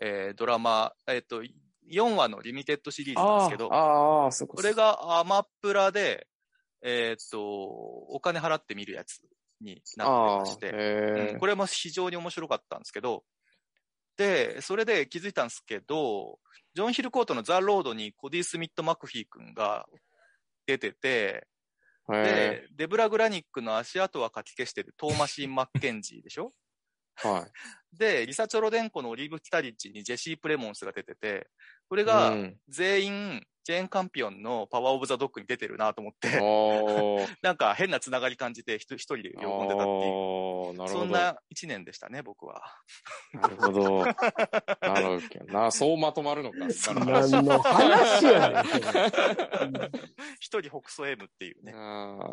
えードラマ、えっ、と、4話のリミテッドシリーズなんですけど、ああ、そここれがアマプラで、えっ、と、お金払って見るやつになってまして、へうんえこれも非常に面白かったんですけど、で、それで気づいたんですけど、ジョン・ヒルコートのザ・ロードにコディ・スミット・マクフィー君が出てて、へで、デブラ・グラニックの足跡はかき消してるトーマシン・マッケンジーでしょえはい。で、リサ・チョロデンコのオリーブ・キタリッチにジェシー・プレモンスが出てて、これが [laughs] うん全員、ジェーン・カンピオンのパワー・オブ・ザ・ドッグに出てるなと思って、おー。なんか変なつながり感じて一人一人で喜んでたっていう、おーなるそほんど。な一年でしたね、僕は。なるほど。なるほど。な、そうまとまるのか。なる何の話やねんそれ。一人北総 M っていうね。ほど [laughs]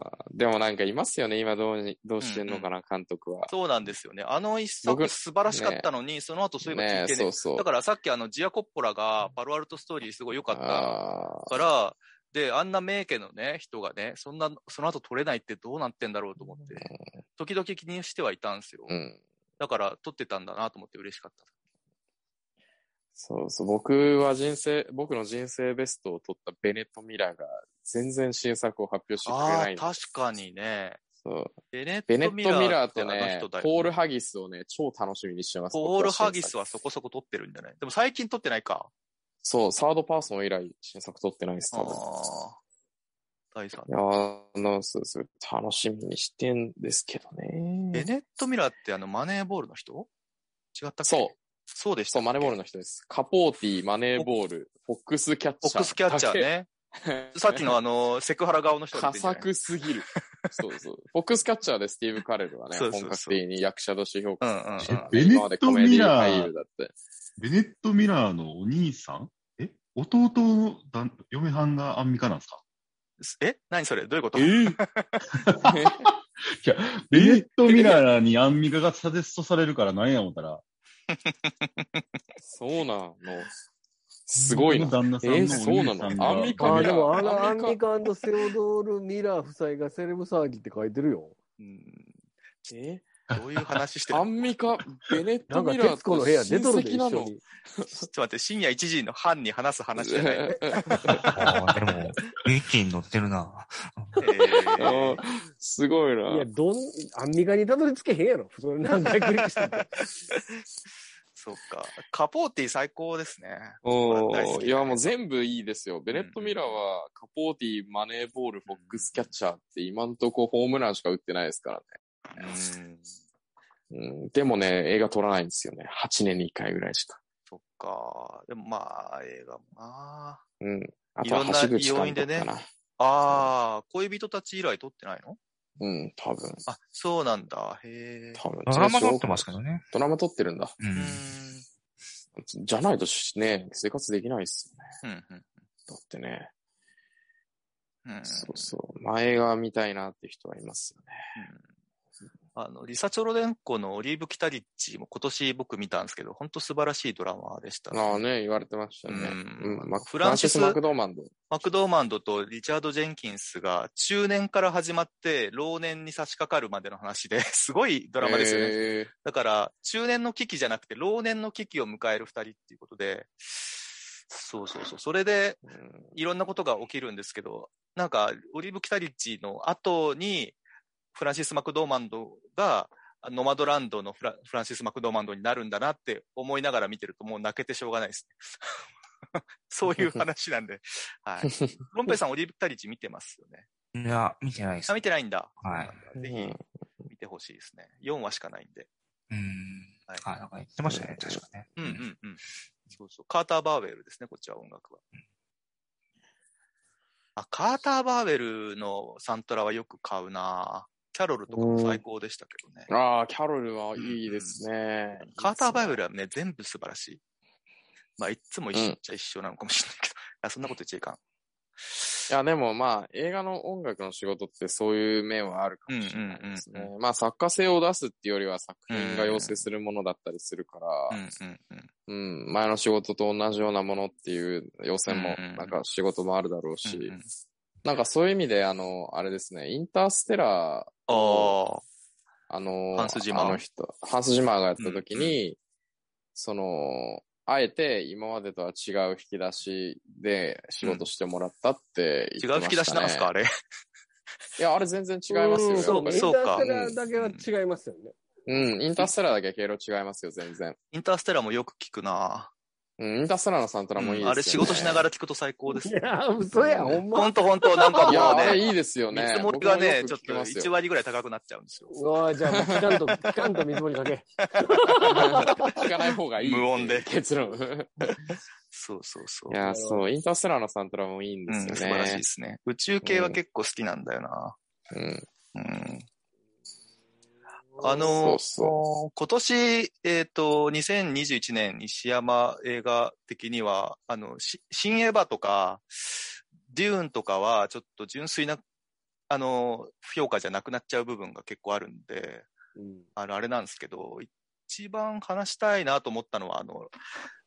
あーでもなんかいますよね、今どうに、どうしてんのかな、監督は。そうなんですよね。あの一作僕素晴らしかったのに、その後そういえば聞ねいえ、てね。そうそうだ。からさっきあのジアコッポラがパロアルトストーリーすごい良かったあから、で、あんな名家のね、人がね、そんな、その後取れないってどうなってんだろうと思って、時々気にしてはいたんですよー。うん。だから、取ってたんだなと思って嬉しかった。そうそう。僕は人生、僕の人生ベストを取ったベネット・ミラーが全然新作を発表してくれあないあ、んです確かにね。そう。ベネベッネト・ッミト・ミララーーってとあのね人、だよ、ね。ポール・ハギスをね、超楽しみにしてます。ポール・ハギスは。はそこそこ取ってるんじゃないでも最近取ってないか。そう、サードパーソン以来新作撮ってないです、あ多あー。分。第三いやーあの、そうそう、楽しみにしてんですけどベね。ネット・ミラーってあのマネーボールの人違ったっけそう。そうでしたそっう、け。マネーボールの人です。カポーティ、マネーボール、フォックスキャッチボャー。ックスキャッチャーね。ねさっきのあの、セクハラ顔の人が佳出てんじゃない作す [laughs] ぎる。そうそう。フォックスキャッチャーでスティーブ・カレルはね、そうそう本そう格的に役者として評う価。んうんうん。えベネット今までコメディミラー俳優だって。ベネット・ミラーのお兄さんえ弟のだ嫁はんがアンミカなんですかえ何それどういうこと [laughs] いや、ベネット・ミラーにアンミカがサジェストされるからなんや思ったら、そうなの。すごいな。旦那さんのおえ兄ーさんが、そうなのアンミカあミあ、ラでーもあのアアンンミカミカセオドール・ミラー夫妻がセレブ騒ぎって書いてるよ。うんえどういう話 [laughs] してるアのンミカ、ベネッなト・んかミラー徹子との部親屋出とるで戚一な緒の。に。 [laughs] ちょっと待って、深夜1時の班に話す話じゃない。あーでも、一気に乗ってるな。えーあーすごいな。いや、どん、アンミカにたどり着けへんやろ。それ何回クリックしてもそっか。カポーティ最高ですね。お大好ーきいや、もう全部いいですよ。ベネット・ミラーは、カポーティ、マネーボール、フォックスキャッチャーって今んとこホームランしか打ってないですからうん。ね。うん、でもね、映画撮らないんですよね。8年に1回ぐらいしか。そっか。でもまあ、映画もな。うん。あいとろはんな橋口要監因で督ねかな。ああ、恋人たち以来撮ってないのうん、多分。あ、そうなんだ。へえ。多分。ドラマ撮ってますけどね。ドラマ撮ってるんだ。うんうん。じゃないとしね、生活できないっすよね。うんうんだってね、うんそうそう。前が見たいなって人はいますよね。あの、リサ・チョロデンコのオリーブ・キタリッチも今年僕見たんですけど、本当素晴らしいドラマでした。ああね、言われてましたね。うんうんマフランシスマクドーマンド。マクドーマンドとリチャード・ジェンキンスが中年から始まって老年に差し掛かるまでの話で、 [laughs] すごいドドラマですよね。ね。だから、中年の危機じゃなくて老年の危機を迎える二人っていうことで、そうそうそう。それで、うんいろんなことが起きるんですけど、なんか、オリーブ・キタリッチの後に、フランシス・マクドーマンドが、あノマドランドのフラフランシス・マクドーマンドになるんだなって思いながら見てると、もう泣けてしょうがないですね。 [laughs] そういう話なんで。 [laughs] はい。ロンペイさん、オリーブ・キタリッチ見てますよね。いや、見てないですあ、。見てないんだ。はいそうなんだぜひ、見てほしいですね。4話しかないんで。うん。はい。あ、なんか言ってましたね、確かね。うんうんうん。そうそう。カーター・バーウェルですね、こっちは音楽は。あ、カーター・バーウェルのサントラはよく買うなキャロルとかも最高でしたけどね。ああ、キャロルはいいですね。カーター・バーウェルルはね、全部素晴らしい。まあ、いっつも一緒っちゃ一緒なのかもしれないけど。あ、そんなこと言っちゃいかん。いや、でもまあ、映画の音楽の仕事ってそういう面はあるかもしれないですうんうねん。まあ、作家性を出すっていうよりは作品が要請するものだったりするから、うんうんうん。うん、前の仕事と同じようなものっていう要請もうんうん、なんか仕事もあるだろうし、うんうんなんかそういう意味で、あの、あれですね、インターステラーを、ああ。あの、ハンスジマーあの人、ハンス・ジマーがやった時に、その、あえて今までとは違う引き出しで仕事してもらったって違言っう引てまき出し、したね。なんですか、あれ。いや、あれ全然 [laughs] 違いますよ。うんやそっうぱか、りインそうタかーステラーだけは違いますよね。うん、インターステラーだけ経路違いますよ、全然。インターステラーもよく聞くなうん、インターステラーのサントラもいいでうんすよ、ねあれ仕事しながら聞くと最高ですいね。や、嘘や、ほ [laughs] んほまん。とほんと、なんかもういね。や、あれいいですよ見ね。積もりがね、僕ちょっもとよく聞きます1よ割ぐらい高くなっちゃうんですよ。うわじゃあ、もう期間と、期間と見積もりかけ。聞かない方がいい。無音で結論。いそうそうそう。や、そう、インターステラーのサントラもいいんでうんすよね。素晴らしいですね。宇宙系は結構好きなんだよな。うん。うん。あそのう、そ今年、えっ、と、2021年西山映画的には、あの、し新エヴァとか、デューンとかは、ちょっと純粋な、あの、評価じゃなくなっちゃう部分が結構あるんで、うんあの、あれなんですけど、一番話したいなと思ったのは、あの、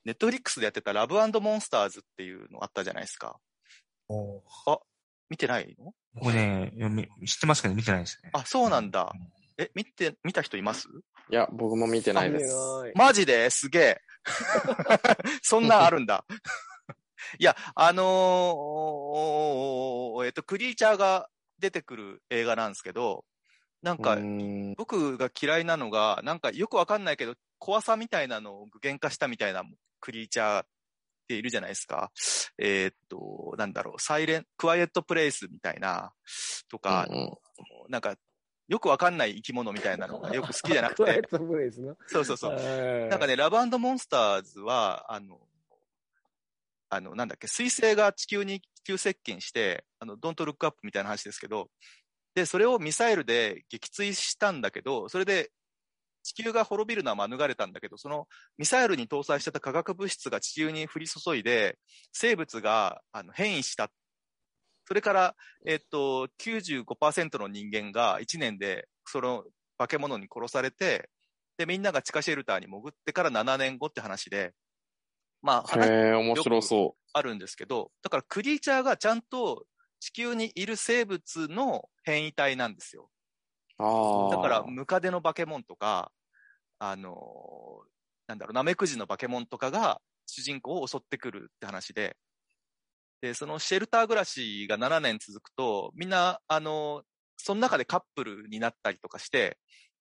ネットフリックスでやってたラブモンスターズっていうのあったじゃないですか。おー見てないの僕ね、み知ってますけど見てないですね。あ、そうなんだう。え、見て、見た人いますう。いや、僕も見てないです。見てないマジですげえ。そんなんあるんだ。いや、あのーおーえっと、クリーチャーが出てくる映画なんですけど、なんかう、ん僕が嫌いなのが、なんかよくわかんないけど、怖さみたいなのを具現化したみたいなクリーチャーっているじゃないですか。えーっと、なんだろう、サイレン、クワイエットプレイスみたいな、とか、うんなんか、よくわかんない生き物みたいなのがよく好きじゃなくクワイエ [laughs] てッ、トブレイスな。そうそうそう。ななんかね、ね、ラブモンスターズは、あの、あの、なんだっけ、彗星が地球に急接近して、あの、ドントルックアップみたいな話ですけど、で、それをミサイルで撃墜したんだけど、それで地球が滅びるのは免れたんだけど、そのミサイルに搭載してた化学物質が地球に降り注いで、生物があの変異した。それから、えっと、95%の人間が1年で、その化け物に殺されて、で、みんなが地下シェルターに潜ってから7年後って話で、まあ、話へえ、面白そあるんですけど、だからクリーチャーがちゃんと地球にいる生物の変異体なんですよ。う。ああ。だから、ムカデの化け物とか、あのーなんだろう、ナメクジの化け物とかが主人公を襲ってくるって話で、で、そのシェルター暮らしが7年続くと、みんな、あの、その中でカップルになったりとかして、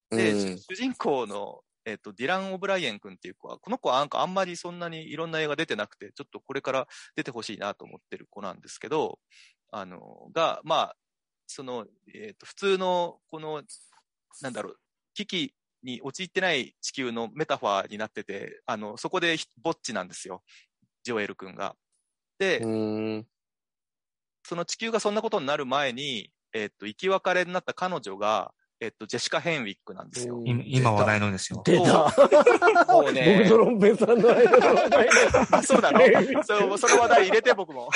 で、うん主人公の、えっと、ディラン・オブライエン君っていう子は、この子はなんかあんまりそんなにいろんな映画出てなくて、ちょっとこれから出てほしいなと思ってる子なんですけど、あの、が、まあ、その、えっと、普通の、この、なんだろう、危機に陥ってない地球のメタファーになってて、あの、そこでひぼっちなんですよ、ジョエル君が。で、うん。その地球がそんなことになる前に、えっと、生き別れになった彼女が、えっと、ジェシカ・ヘンウィックなんですよ。今今話題のですよ。出た。 [laughs] もう僕ねと、ロンペイさんの間の名前あそう [laughs] なの [laughs] そうその話題入れて僕も。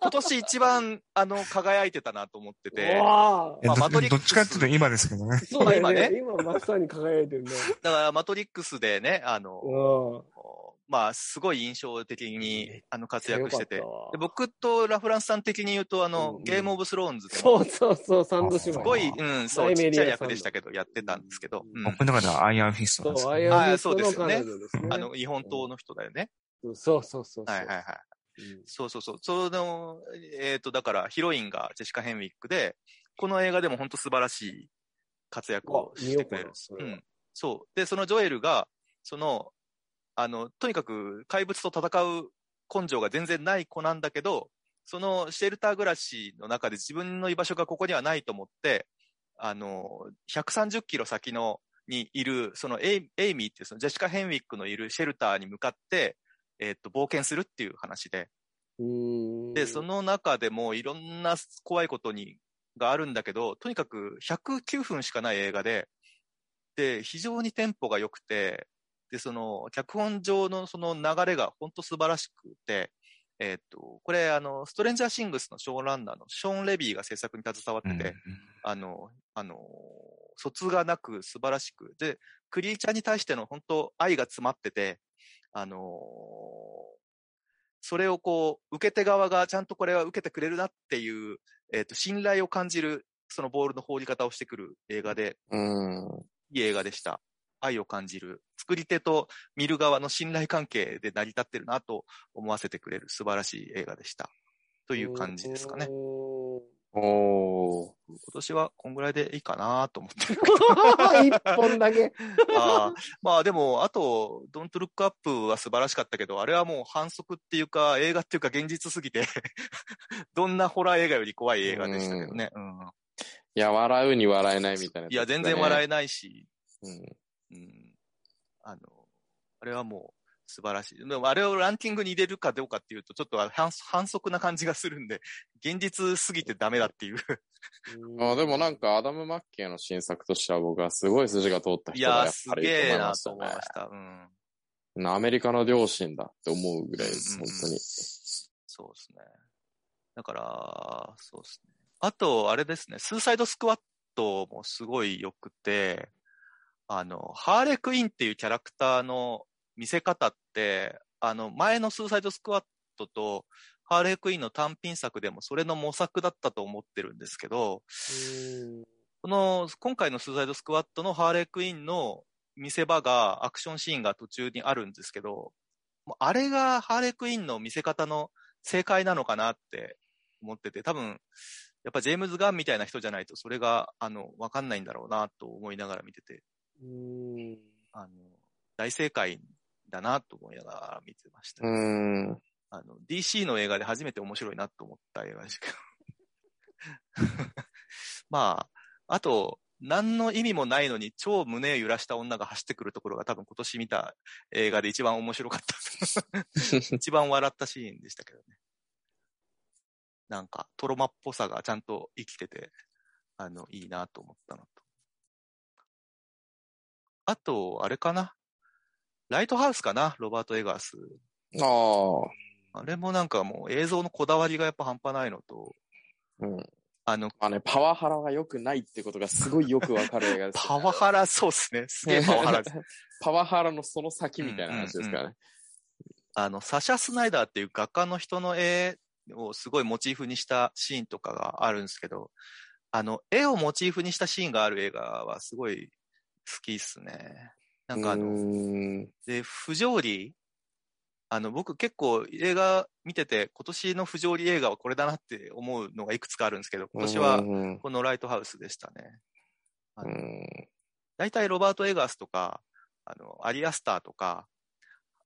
今年一番、あの、輝いてたなと思ってて。わあえまあどマトリッどクスっちかっていうと今ですけどね。そうだよ今ねね。今、まさに輝いてるね。だから、マトリックスでね、あの、うん。まあ、すごい印象的に、あの、活躍してて。強かったわで僕とラフランスさん的に言うと、あの、うんゲームオブスローンズでそも、うそうそう、サンド姉す妹。ごい、うん、そラう、イメリちアっちゃい役でしたけど、やってたんですけど、うん僕の中ではアイアンフィストなんですそう、けど、アイね。アンフィスそうトでのすよね彼女ですね。あの、日本刀の人だよね。そうそうそうそう。はいはいはい。うんそうそうそう。その、えっ、と、だから、ヒロインがジェシカ・ヘンウィックで、この映画でも本当素晴らしい活躍をあ見しよてうくかれなる。そうれはん。そう。で、そのジョエルが、その、あの、とにかく怪物と戦う根性が全然ない子なんだけど、そのシェルター暮らしの中で自分の居場所がここにはないと思って、あの、130キロ先の、にいる、そのエイエイミーっていうそのジェシカ・ヘンウィックのいるシェルターに向かって、えっ、と、冒険するっていう話で、うんで、その中でもいろんな怖いことに、があるんだけど、とにかく109分しかない映画で、で、非常にテンポが良くて、で、その、脚本上のその流れが本当素晴らしくて、えっと、これ、あの、ストレンジャーシングスのショーランナーのショーン・レビーが制作に携わってて、あの、あの、卒がなく素晴らしく、で、クリーチャーに対しての本当愛が詰まってて、あのそれをこう、受け手側がちゃんとこれは受けてくれるなっていう、えっ、と、信頼を感じる、そのボールの放り方をしてくる映画で、うん。いい映画でした。愛を感じる。作り手と見る側の信頼関係で成り立ってるなと思わせてくれる素晴らしい映画でした。という感じですかね。おーおー。今年はこんぐらいでいいかなと思ってる。一本だけ。あーまあでも、あと、ドントルックアップは素晴らしかったけど、あれはもう反則っていうか、映画っていうか現実すぎて、 [laughs] どんなホラー映画より怖い映画でしたけどね。うんいや、笑うに笑えないみたいな、いや、全然笑ええないし、うん。うん。あの、あれはもう素晴らしい。でもあれをランキングに入れるかどうかっていうと、ちょっと反反則な感じがするんで、現実すぎてダメだっていう。あーでもなんか、アダム・マッケイの新作としては僕はすごい筋が通ったい人やだー、やっすぱりげえと思いなましたとね思いました。うん。アメリカの両親だって思うぐらいです、うんう本んうん当に。そうですね。だから、そうですね。あと、あれですね、スーサイドスクワットもすごい良くて、あの、ハーレクイーンっていうキャラクターの見せ方って、あの、前のスーサイドスクワットと、ハーレクイーンの単品作でもそれの模索だったと思ってるんですけど、この、今回のスーサイドスクワットのハーレークイーンの見せ場が、アクションシーンが途中にあるんですけど、もうあれがハーレークイーンの見せ方の正解なのかなって思ってて、多分、やっぱジェームズ・ガンみたいな人じゃないと、それが、あの、わかんないんだろうなと思いながら見てて、うんあの、大正解だなと思いながら見てました。うん。あの、DC の映画で初めて面白いなと思った映画でしたけど。 [laughs] まあ、あと、何の意味もないのに超胸揺らした女が走ってくるところが多分今年見た映画で一番面白かった。一番笑ったシーンでしたけどね。なんか、トロマっぽさがちゃんと生きてて、あの、いいなと思ったのと。あと、あれかな。ライトハウスかな、ロバート・エガースああ。あれもなんかもう映像のこだわりがやっぱ半端ないのと、うん。あの、まあね、パワハラが良くないってことがすごいよくわかる映画です、パワハラ、 [laughs] そうですね。すげ [laughs] えパワハラです。パワハラのその先みたいな話ですからね。あの、サシャ・スナイダーっていう画家の人の絵をすごいモチーフにしたシーンとかがあるんですけど、あの、絵をモチーフにしたシーンがある映画はすごい好きっすね。なんかあの、うーんで、不条理あの、僕結構映画見てて、今年の不条理映画はこれだなって思うのがいくつかあるんですけど、今年はうんこのライトハウスでしたね。あうのん大体ロバート・エガースとか、あの、アリアスターとか、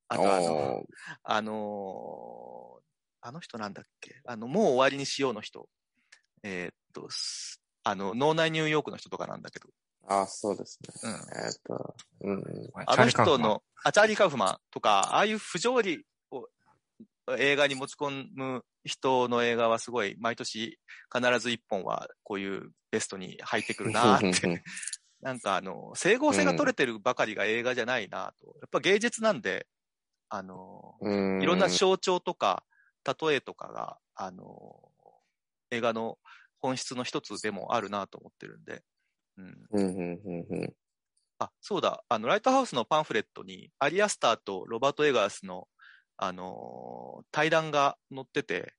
あとあの、おーあのーあの人なんだっけあの、もう終わりにしようの人。えーっと、すあの、脳内ニューヨークの人とかなんだけど。あ、そうですうね。ん。えっと、うん。あの人の、あ、チャーリー・カウフマンとか、ああいう不条理を映画に持ち込む人の映画はすごい、毎年必ず一本はこういうベストに入ってくるなーっ [laughs] て。なんかあの、整合性が取れてるばかりが映画じゃないなと。やっぱ芸術なんで、あの、うん。いろんな象徴とか、例えとかが、あの、映画の本質の一つでもあるなと思ってるんで。うん。うんうんうんうん。あ、そうだ。あの、ライトハウスのパンフレットに、アリアスターとロバート・エガースの、あのー対談が載ってて、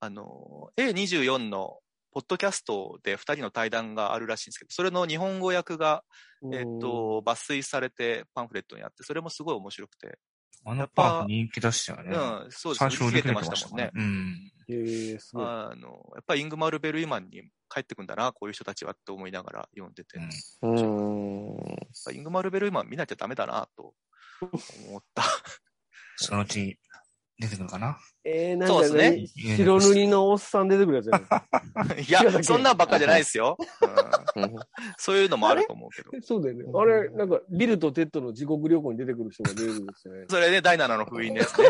あのー A24 のポッドキャストで二人の対談があるらしいんですけど、それの日本語訳が、えっ、と、抜粋されてパンフレットにあって、それもすごい面白くて。あのパーク人気出したようね。ん、そうです。最売り初切売りれ切てれまてしまたしたももんんねね。。うん。へえ、すごい。あの、やっぱりイングマール・ベルイマンに帰ってくんだな、こういう人たちはって思いながら読んでて、うんやっうん。ぱイングマール・ベルイマン見なきゃダメだな、と思った。そのうち出てくるかな。えー、なんそうかですねね、白塗りのおっさん出てくるやつや [laughs] ない違うだや、けそんなんばっかじゃないですよ。うんうんそういうのもあると思うけど。。そうだよね。あれ、なんか、ビルとテッドの地獄旅行に出てくる人が出てくるんですよねそれで第7の封印ですね。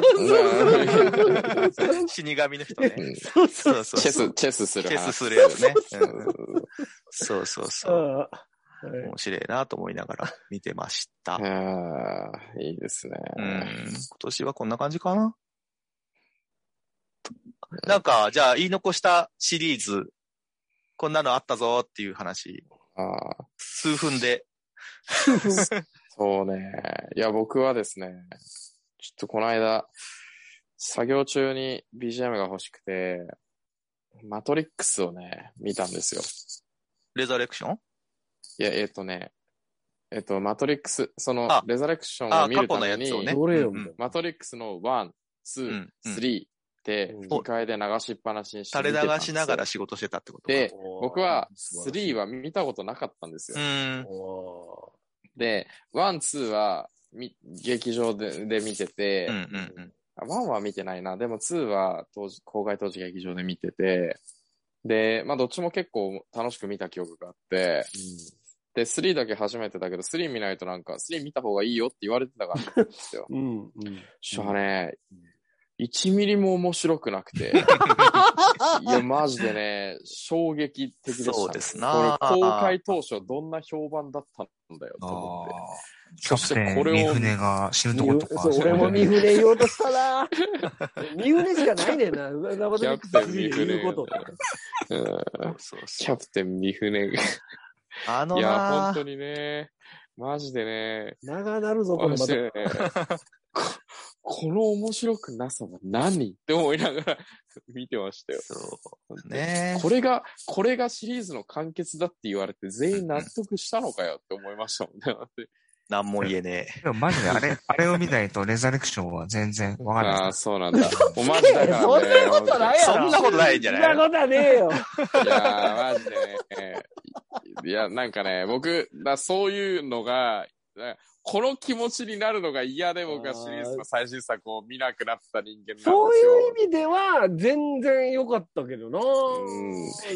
死神の人ね。そうそ [laughs] そうう。そうチェそう。ス、チェスするチェ話。スするやつね。うんうんそうそうそ [laughs] う。ああはい面白いなと思いながら見てました。あーいいですね。うん。今年はこんな感じかな。なんか、じゃあ言い残したシリーズ、こんなのあったぞっていう話、あー数分で。そうね。いや、僕はですね、ちょっとこの間、作業中に BGM が欲しくて、マトリックスをね、見たんですよ。レザレクションいや、えっ、とね、えっ、と、マトリックス、そのあ、レザレクションあをあ、見過る去たのやめつをに、ね。どれようんみたいマトリックスの1、う2、んうん3って、うん2階で流しっぱなしにして見垂てれたんですよ流しながら仕事してたってことか。で、おー僕は素晴らし3いは見たことなかったんですよう。ん。お。で、ワン、ツーは、み、劇場で、で見ててうんう、んうん。あワン、は見てないな。でもツーは、当時、公開当時劇場で見てて、で、まあ、どっちも結構楽しく見た記憶があって、で、3だけ初めてだけど、3見ないとなんか、3見た方がいいよって言われてたから見たんですようん。うん。しゃあね、1ミリも面白くなく [laughs] て。いや、マジでね、衝撃的でした、そうですなこれ公開当初どんな評判だったんだよと思って。そして、三船が死ぬとことか。そう、俺も三船言おうとした [laughs] な。三船しかないねんな。なキャプテン三船言うこと。うんそうキそャう。プテン三船が。あのいや、な本当にね、マジでね、長なるぞ、これまマジた。でねこ [laughs] この面白くなさは何って思いながら [laughs] 見てましたよ。そう。ねこれが、これがシリーズの完結だって言われて全員納得したのかよって思いましたもんね。なんも言えねえ。でもマジであれ、あれを見ないと、レザレクションは全然わからあなあいー、。そう [laughs] なんだ。もうマジだからそね。んなことないやろ。そんなことないんじゃないそんなことはねえ [laughs] よ。いやー、マジでね。い [laughs] や、なんかね、僕、だそういうのが、なこの気持ちになるのが嫌で僕はシリーズの最新作を見なくなった人間なんですよ。そういう意味では、全然良かったけどなう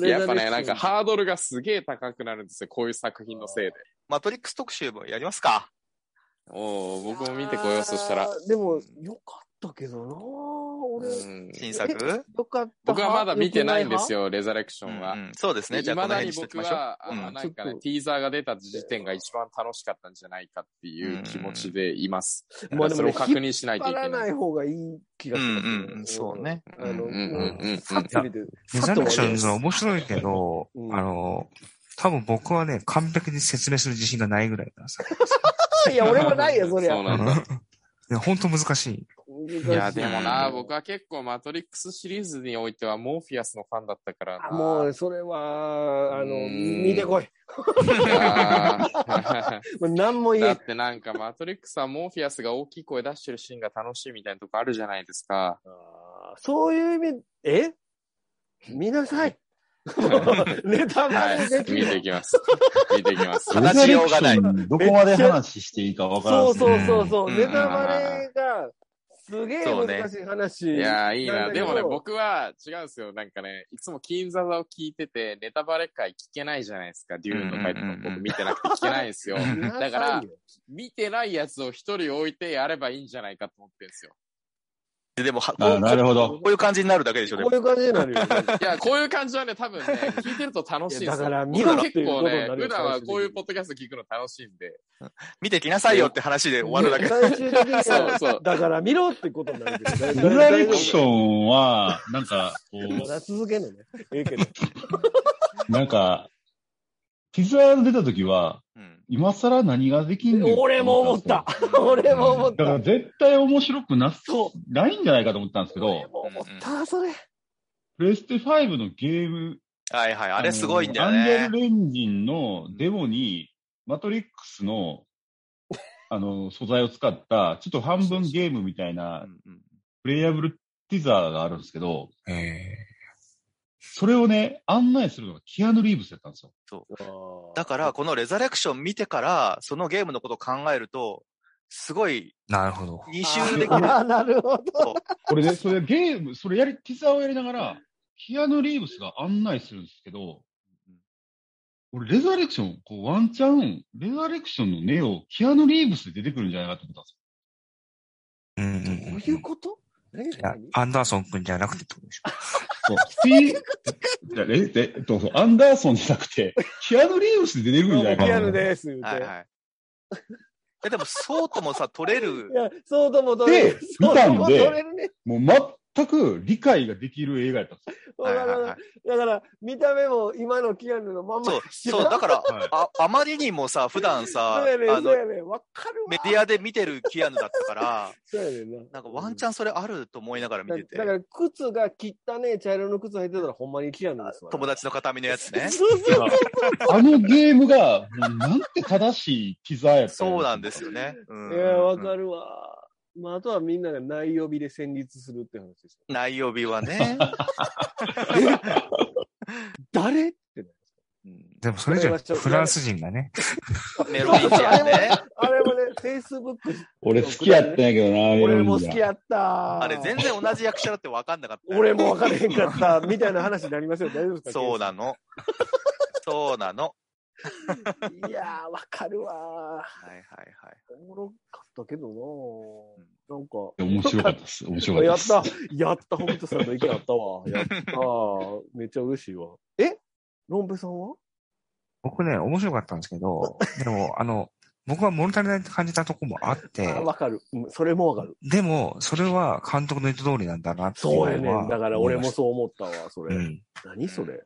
ん。やっぱね、なんかハードルがすげえ高くなるんですよ。こういう作品のせいで。マトリックス特集もやりますか。おお僕も見てこようとしたらあ。ーでも、良かったけどな俺、うん新作良かった。僕はまだ見てないんですよ。よ、レザレクシうョんンうは。ん、そうですね。いじゃあこのまだ辺ににしておき僕ましょう。は、あのうんなんかちょねっ、とティーザーが出た時点が一番楽しかったんじゃないかっていう気持ちでいます。うんまあ、それを確認しないとい引っ張けらなな。いい方がいい気がします、うんうんうんそうねあの、ううんうんうんうんんさっと見て。レさザっとレクション終ズはわ面白いけど、うんあの、多分僕はね、完璧に説明する自信がないぐらいだからさ。 [laughs] りやすいいや、俺もないよ、そりそうゃ。なんだいや本当難しい。う難しい。いや、でもな、うん僕は結構マトリックスシリーズにおいてはモーフィアスのファンだったからな。あもう、それは、あうの、ん見てこい。いやー [laughs] もう何も言だえっ。てなんかマトリックスはモーフィアスが大きい声出してるシーンが楽しいみたいなとこあるじゃないですか。あーそういう意味、え見なさい。ネタ [laughs] バレではい。き見る。ていきます。見ていきます。 [laughs] 話しようがないレザレクションどこまで話していいかわからんそうすねそうそうそう、うんネタバレがすげえそうね難しい話。いやー、いいなな。んだけでどもね、僕は違うんですよ。なんかね、いつも金座座を聞いてて、ネタバレ会聞けないじゃないですか。デューンの回とうんうかんうんうん僕見てなくて聞けないんですよ。見なさいよだから見てないやつを一人置いてやればいいんじゃないかと思ってるんですよ。ででもはこあう、なるほこど。ういう感じになるだけでしょ、でこもういう感じになるよね。[laughs] いや、こういう感じはね、多分ね、聞いてると楽しいんですよ。いやだから僕は見ろってい結うこと構になるよ、ね普段はこうい最う終的にポッドキャスト聞くの楽しいんで。見てきなさいよって話で終わるだけ。最終的にそうはそう。だから見ろってことになるけど、 [laughs] レザレクション。ンは、なんか、こまだ続けんのね。ええけど。う、なんか、ピザ出たときは、うん今更何ができんの [laughs] 俺も思った。俺も思っだかた。ら絶対面白くな、そないんじゃないかと思ったんですけ俺ど、も思った、それ。プレステ5のゲーム、はいはい、あれすごいんだあよのねアンジェ。ル・レンジンのデモに、マトリックスの、あの、素材を使った、ちょっと半分ゲームみたいな、うんうんプレイヤブルティザーがあるんですけど、ええそれをね、案内するのがキアヌ・リーブスだったんですよ。だから、、このレザレクション見てから、そのゲームのことを考えると、すごいなるほど。二周できる。 [laughs] ああ、なるほど。俺ね、それゲーム、それやり、ティザーをやりながら、キアヌ・リーブスが案内するんですけど、俺、レザレクション、こう、ワンチャン、レザレクションのネオ、キアヌ・リーブスで出てくるんじゃないかと思ったんですよ。うんうんどううん。いうこと何いやアンダーソン君じゃなくてってことでしょ。そう、スピー、じゃえ、えっと、そうアンダーソンじゃなくて、キアヌ・リーブスで出てくるんじゃないかリアなル。 [laughs] です。言うてはいはい。えでも、そうともさ、取れるい。や、そうとも取れるで。そうとも見たんで取れるね。もう全く理解ができる映画やったんですはいはいはいだから、見た目も今のキアヌのまんまそやう、しそう、だから、よ。はい。あ、あまりにもさ、普段さ、そうやねあん、そうの、やねん。わかるわ。メディアで見てるキアヌだったから、そうやねんな。なんかワンチャンそれあると思いながら見ててだ、から、靴が汚ねえ茶色の靴履いてたら、ほんまにキアヌですわ。友達の形見のやつね。そうそうそう。あのゲームが、もうなんて正しいティザーやったそうなんですよ。よね。うんいや、わかるわ。まあ、あとはみんなが内容日で戦慄するって話ですよ。内容日は [laughs] ね。誰ってね。うんでもそれじゃ、フランス人がね。メロディチアンね。あれもね、Facebook 俺好きやったんやけどな、俺も好メロきディーがやった。あれ、全然同じ役者だって分かんなかったよ。 [laughs] 俺も分からへんかった。みたいな話になりますよ。大丈夫です [laughs] かそうなの。 [laughs] そうなの。いやー、わかるわはいはいはい。ー。おもろかったけどなーなんか。面白かったです。面白かったやでっす。た、やった、北斗さんの意見あっ [laughs] たわ。やったー。めっちゃ嬉しいわ。えロンペさんは僕ね、面白かったんですけ [laughs] ど、でも、あの、僕は物足りないって感じたとこもあって、あわかる。うんそれもわかる。でも、それは監督の意図通りなんだなっていうのそうはやねん。だから俺もう。そう思ったわ、それ。うん。何それ。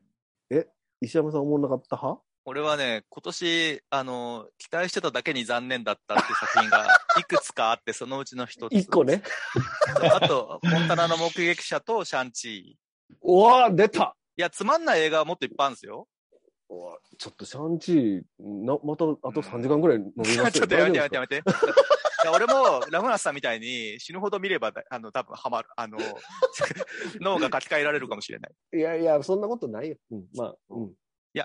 え石山さん思わなかった派俺はね、今年、あの、期待してただけに残念だったっていう作品 [laughs] がいくつかあって、そのうちの一つ。一個ね。 [laughs] あと、モンタナの目撃者とシャンチー。いうわー、出たや、つまんない映画はもっといっぱいあるんですよ。うわちょっとシャンチー、な、また、あと3時間ぐらい伸 [laughs] びちょまっすよ。とやめてやめてやめて。めて。 [laughs] いや俺も、ラムナスさんみたいに死ぬほど見れば、あの、多分ハマる。 [laughs] あの、脳が書き換えられるかもしれない。いやいや、そんなことないよ。うん、まあ、うん。い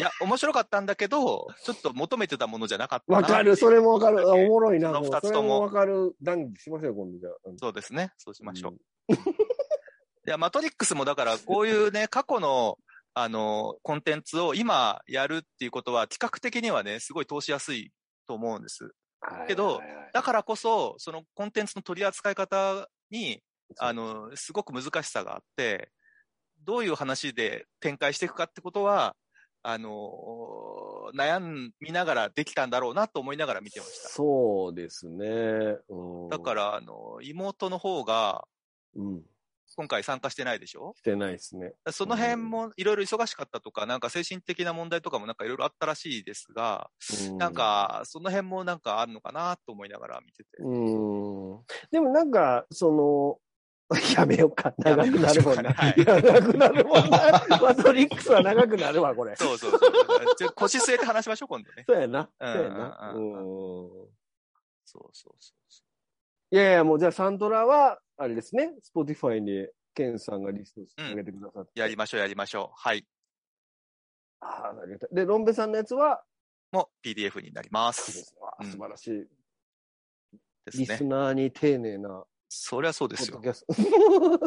や、面白かったんだけど、ちょっと求めてたものじゃなかったなわかる、それもわかる。あおもろいな。そのもう二つそれともわかる。談義しましょうよ、今度じゃあ。うんそうですね。そうしましょう。んいや、マトリックスもだから、こういうね、過去の、あの、コンテンツを今やるっていうことは、企画的にはね、すごい通しやすいと思うんです。けどはいはいはいだからこそ、そのコンテンツの取り扱い方に、そうあの、すごく難しさがあって、どういう話で展開していくかってことは、あの、悩みながらできたんだろうなと思いながら見てました。そうですね。、だからら、あの、妹の方が、うん。今回参加してないでしょしてないですね。その辺もいろいろ忙しかったとか、なんか精神的な問題とかもなんかいろいろあったらしいですが、うなん、かその辺もなんかあるのかなと思いながら見てて。うん。でもなんか、その、 [laughs] やめようか。長くなるもんな。はい長くな [laughs] るもんな。マトリックスは長くなるわ、これ。そうそう [laughs] そう。じゃあ腰据えて話しましょう、今度ね。そうやな。うそんうやな。ううんん。そうそうそいやいや、もうじゃあサントラは、あれですね、スポティファイにケンさんがリストしてあげてくださって。う。やりましょう、やりましょう。はい。あーありがたいで、ロンベさんのやつは、もう PDF になります。あー素晴らしい。でリすスね。ナーに丁寧なそりゃそうでポすッドよ。キャス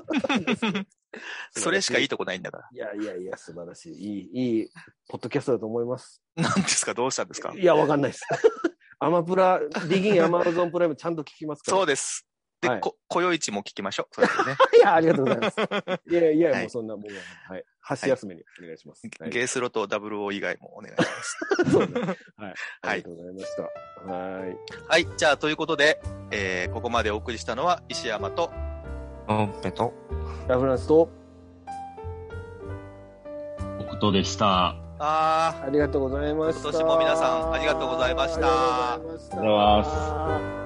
ト。 [laughs] それしかいいとこないんだから。いやいやいや、素晴らしい。いい、いい、ポッドキャストだと思います。 [laughs] 何ですかどうしたんですかいや、わかんな [laughs] いです。アマプラ、ディギン、アマゾンプライムちゃんと聞きますから。そうです。で、はいこ、こよいちも聞きましょう。そうですね。いや、ありがとうございます。いやいや、はいもうそんなもんは。はい。箸休めにお願いします。 [laughs] はい。ゲースロと00以外もお願いします。そうですねはい。はいありがとうございました。はい。はい。じゃあ、ということで、えーここまでお送りしたのは石山と、ロンペと、ラフランスと、北斗でした。あー、ありがとうございました。今年も皆さんありがとうございましたありがとうございました。ありがとうござい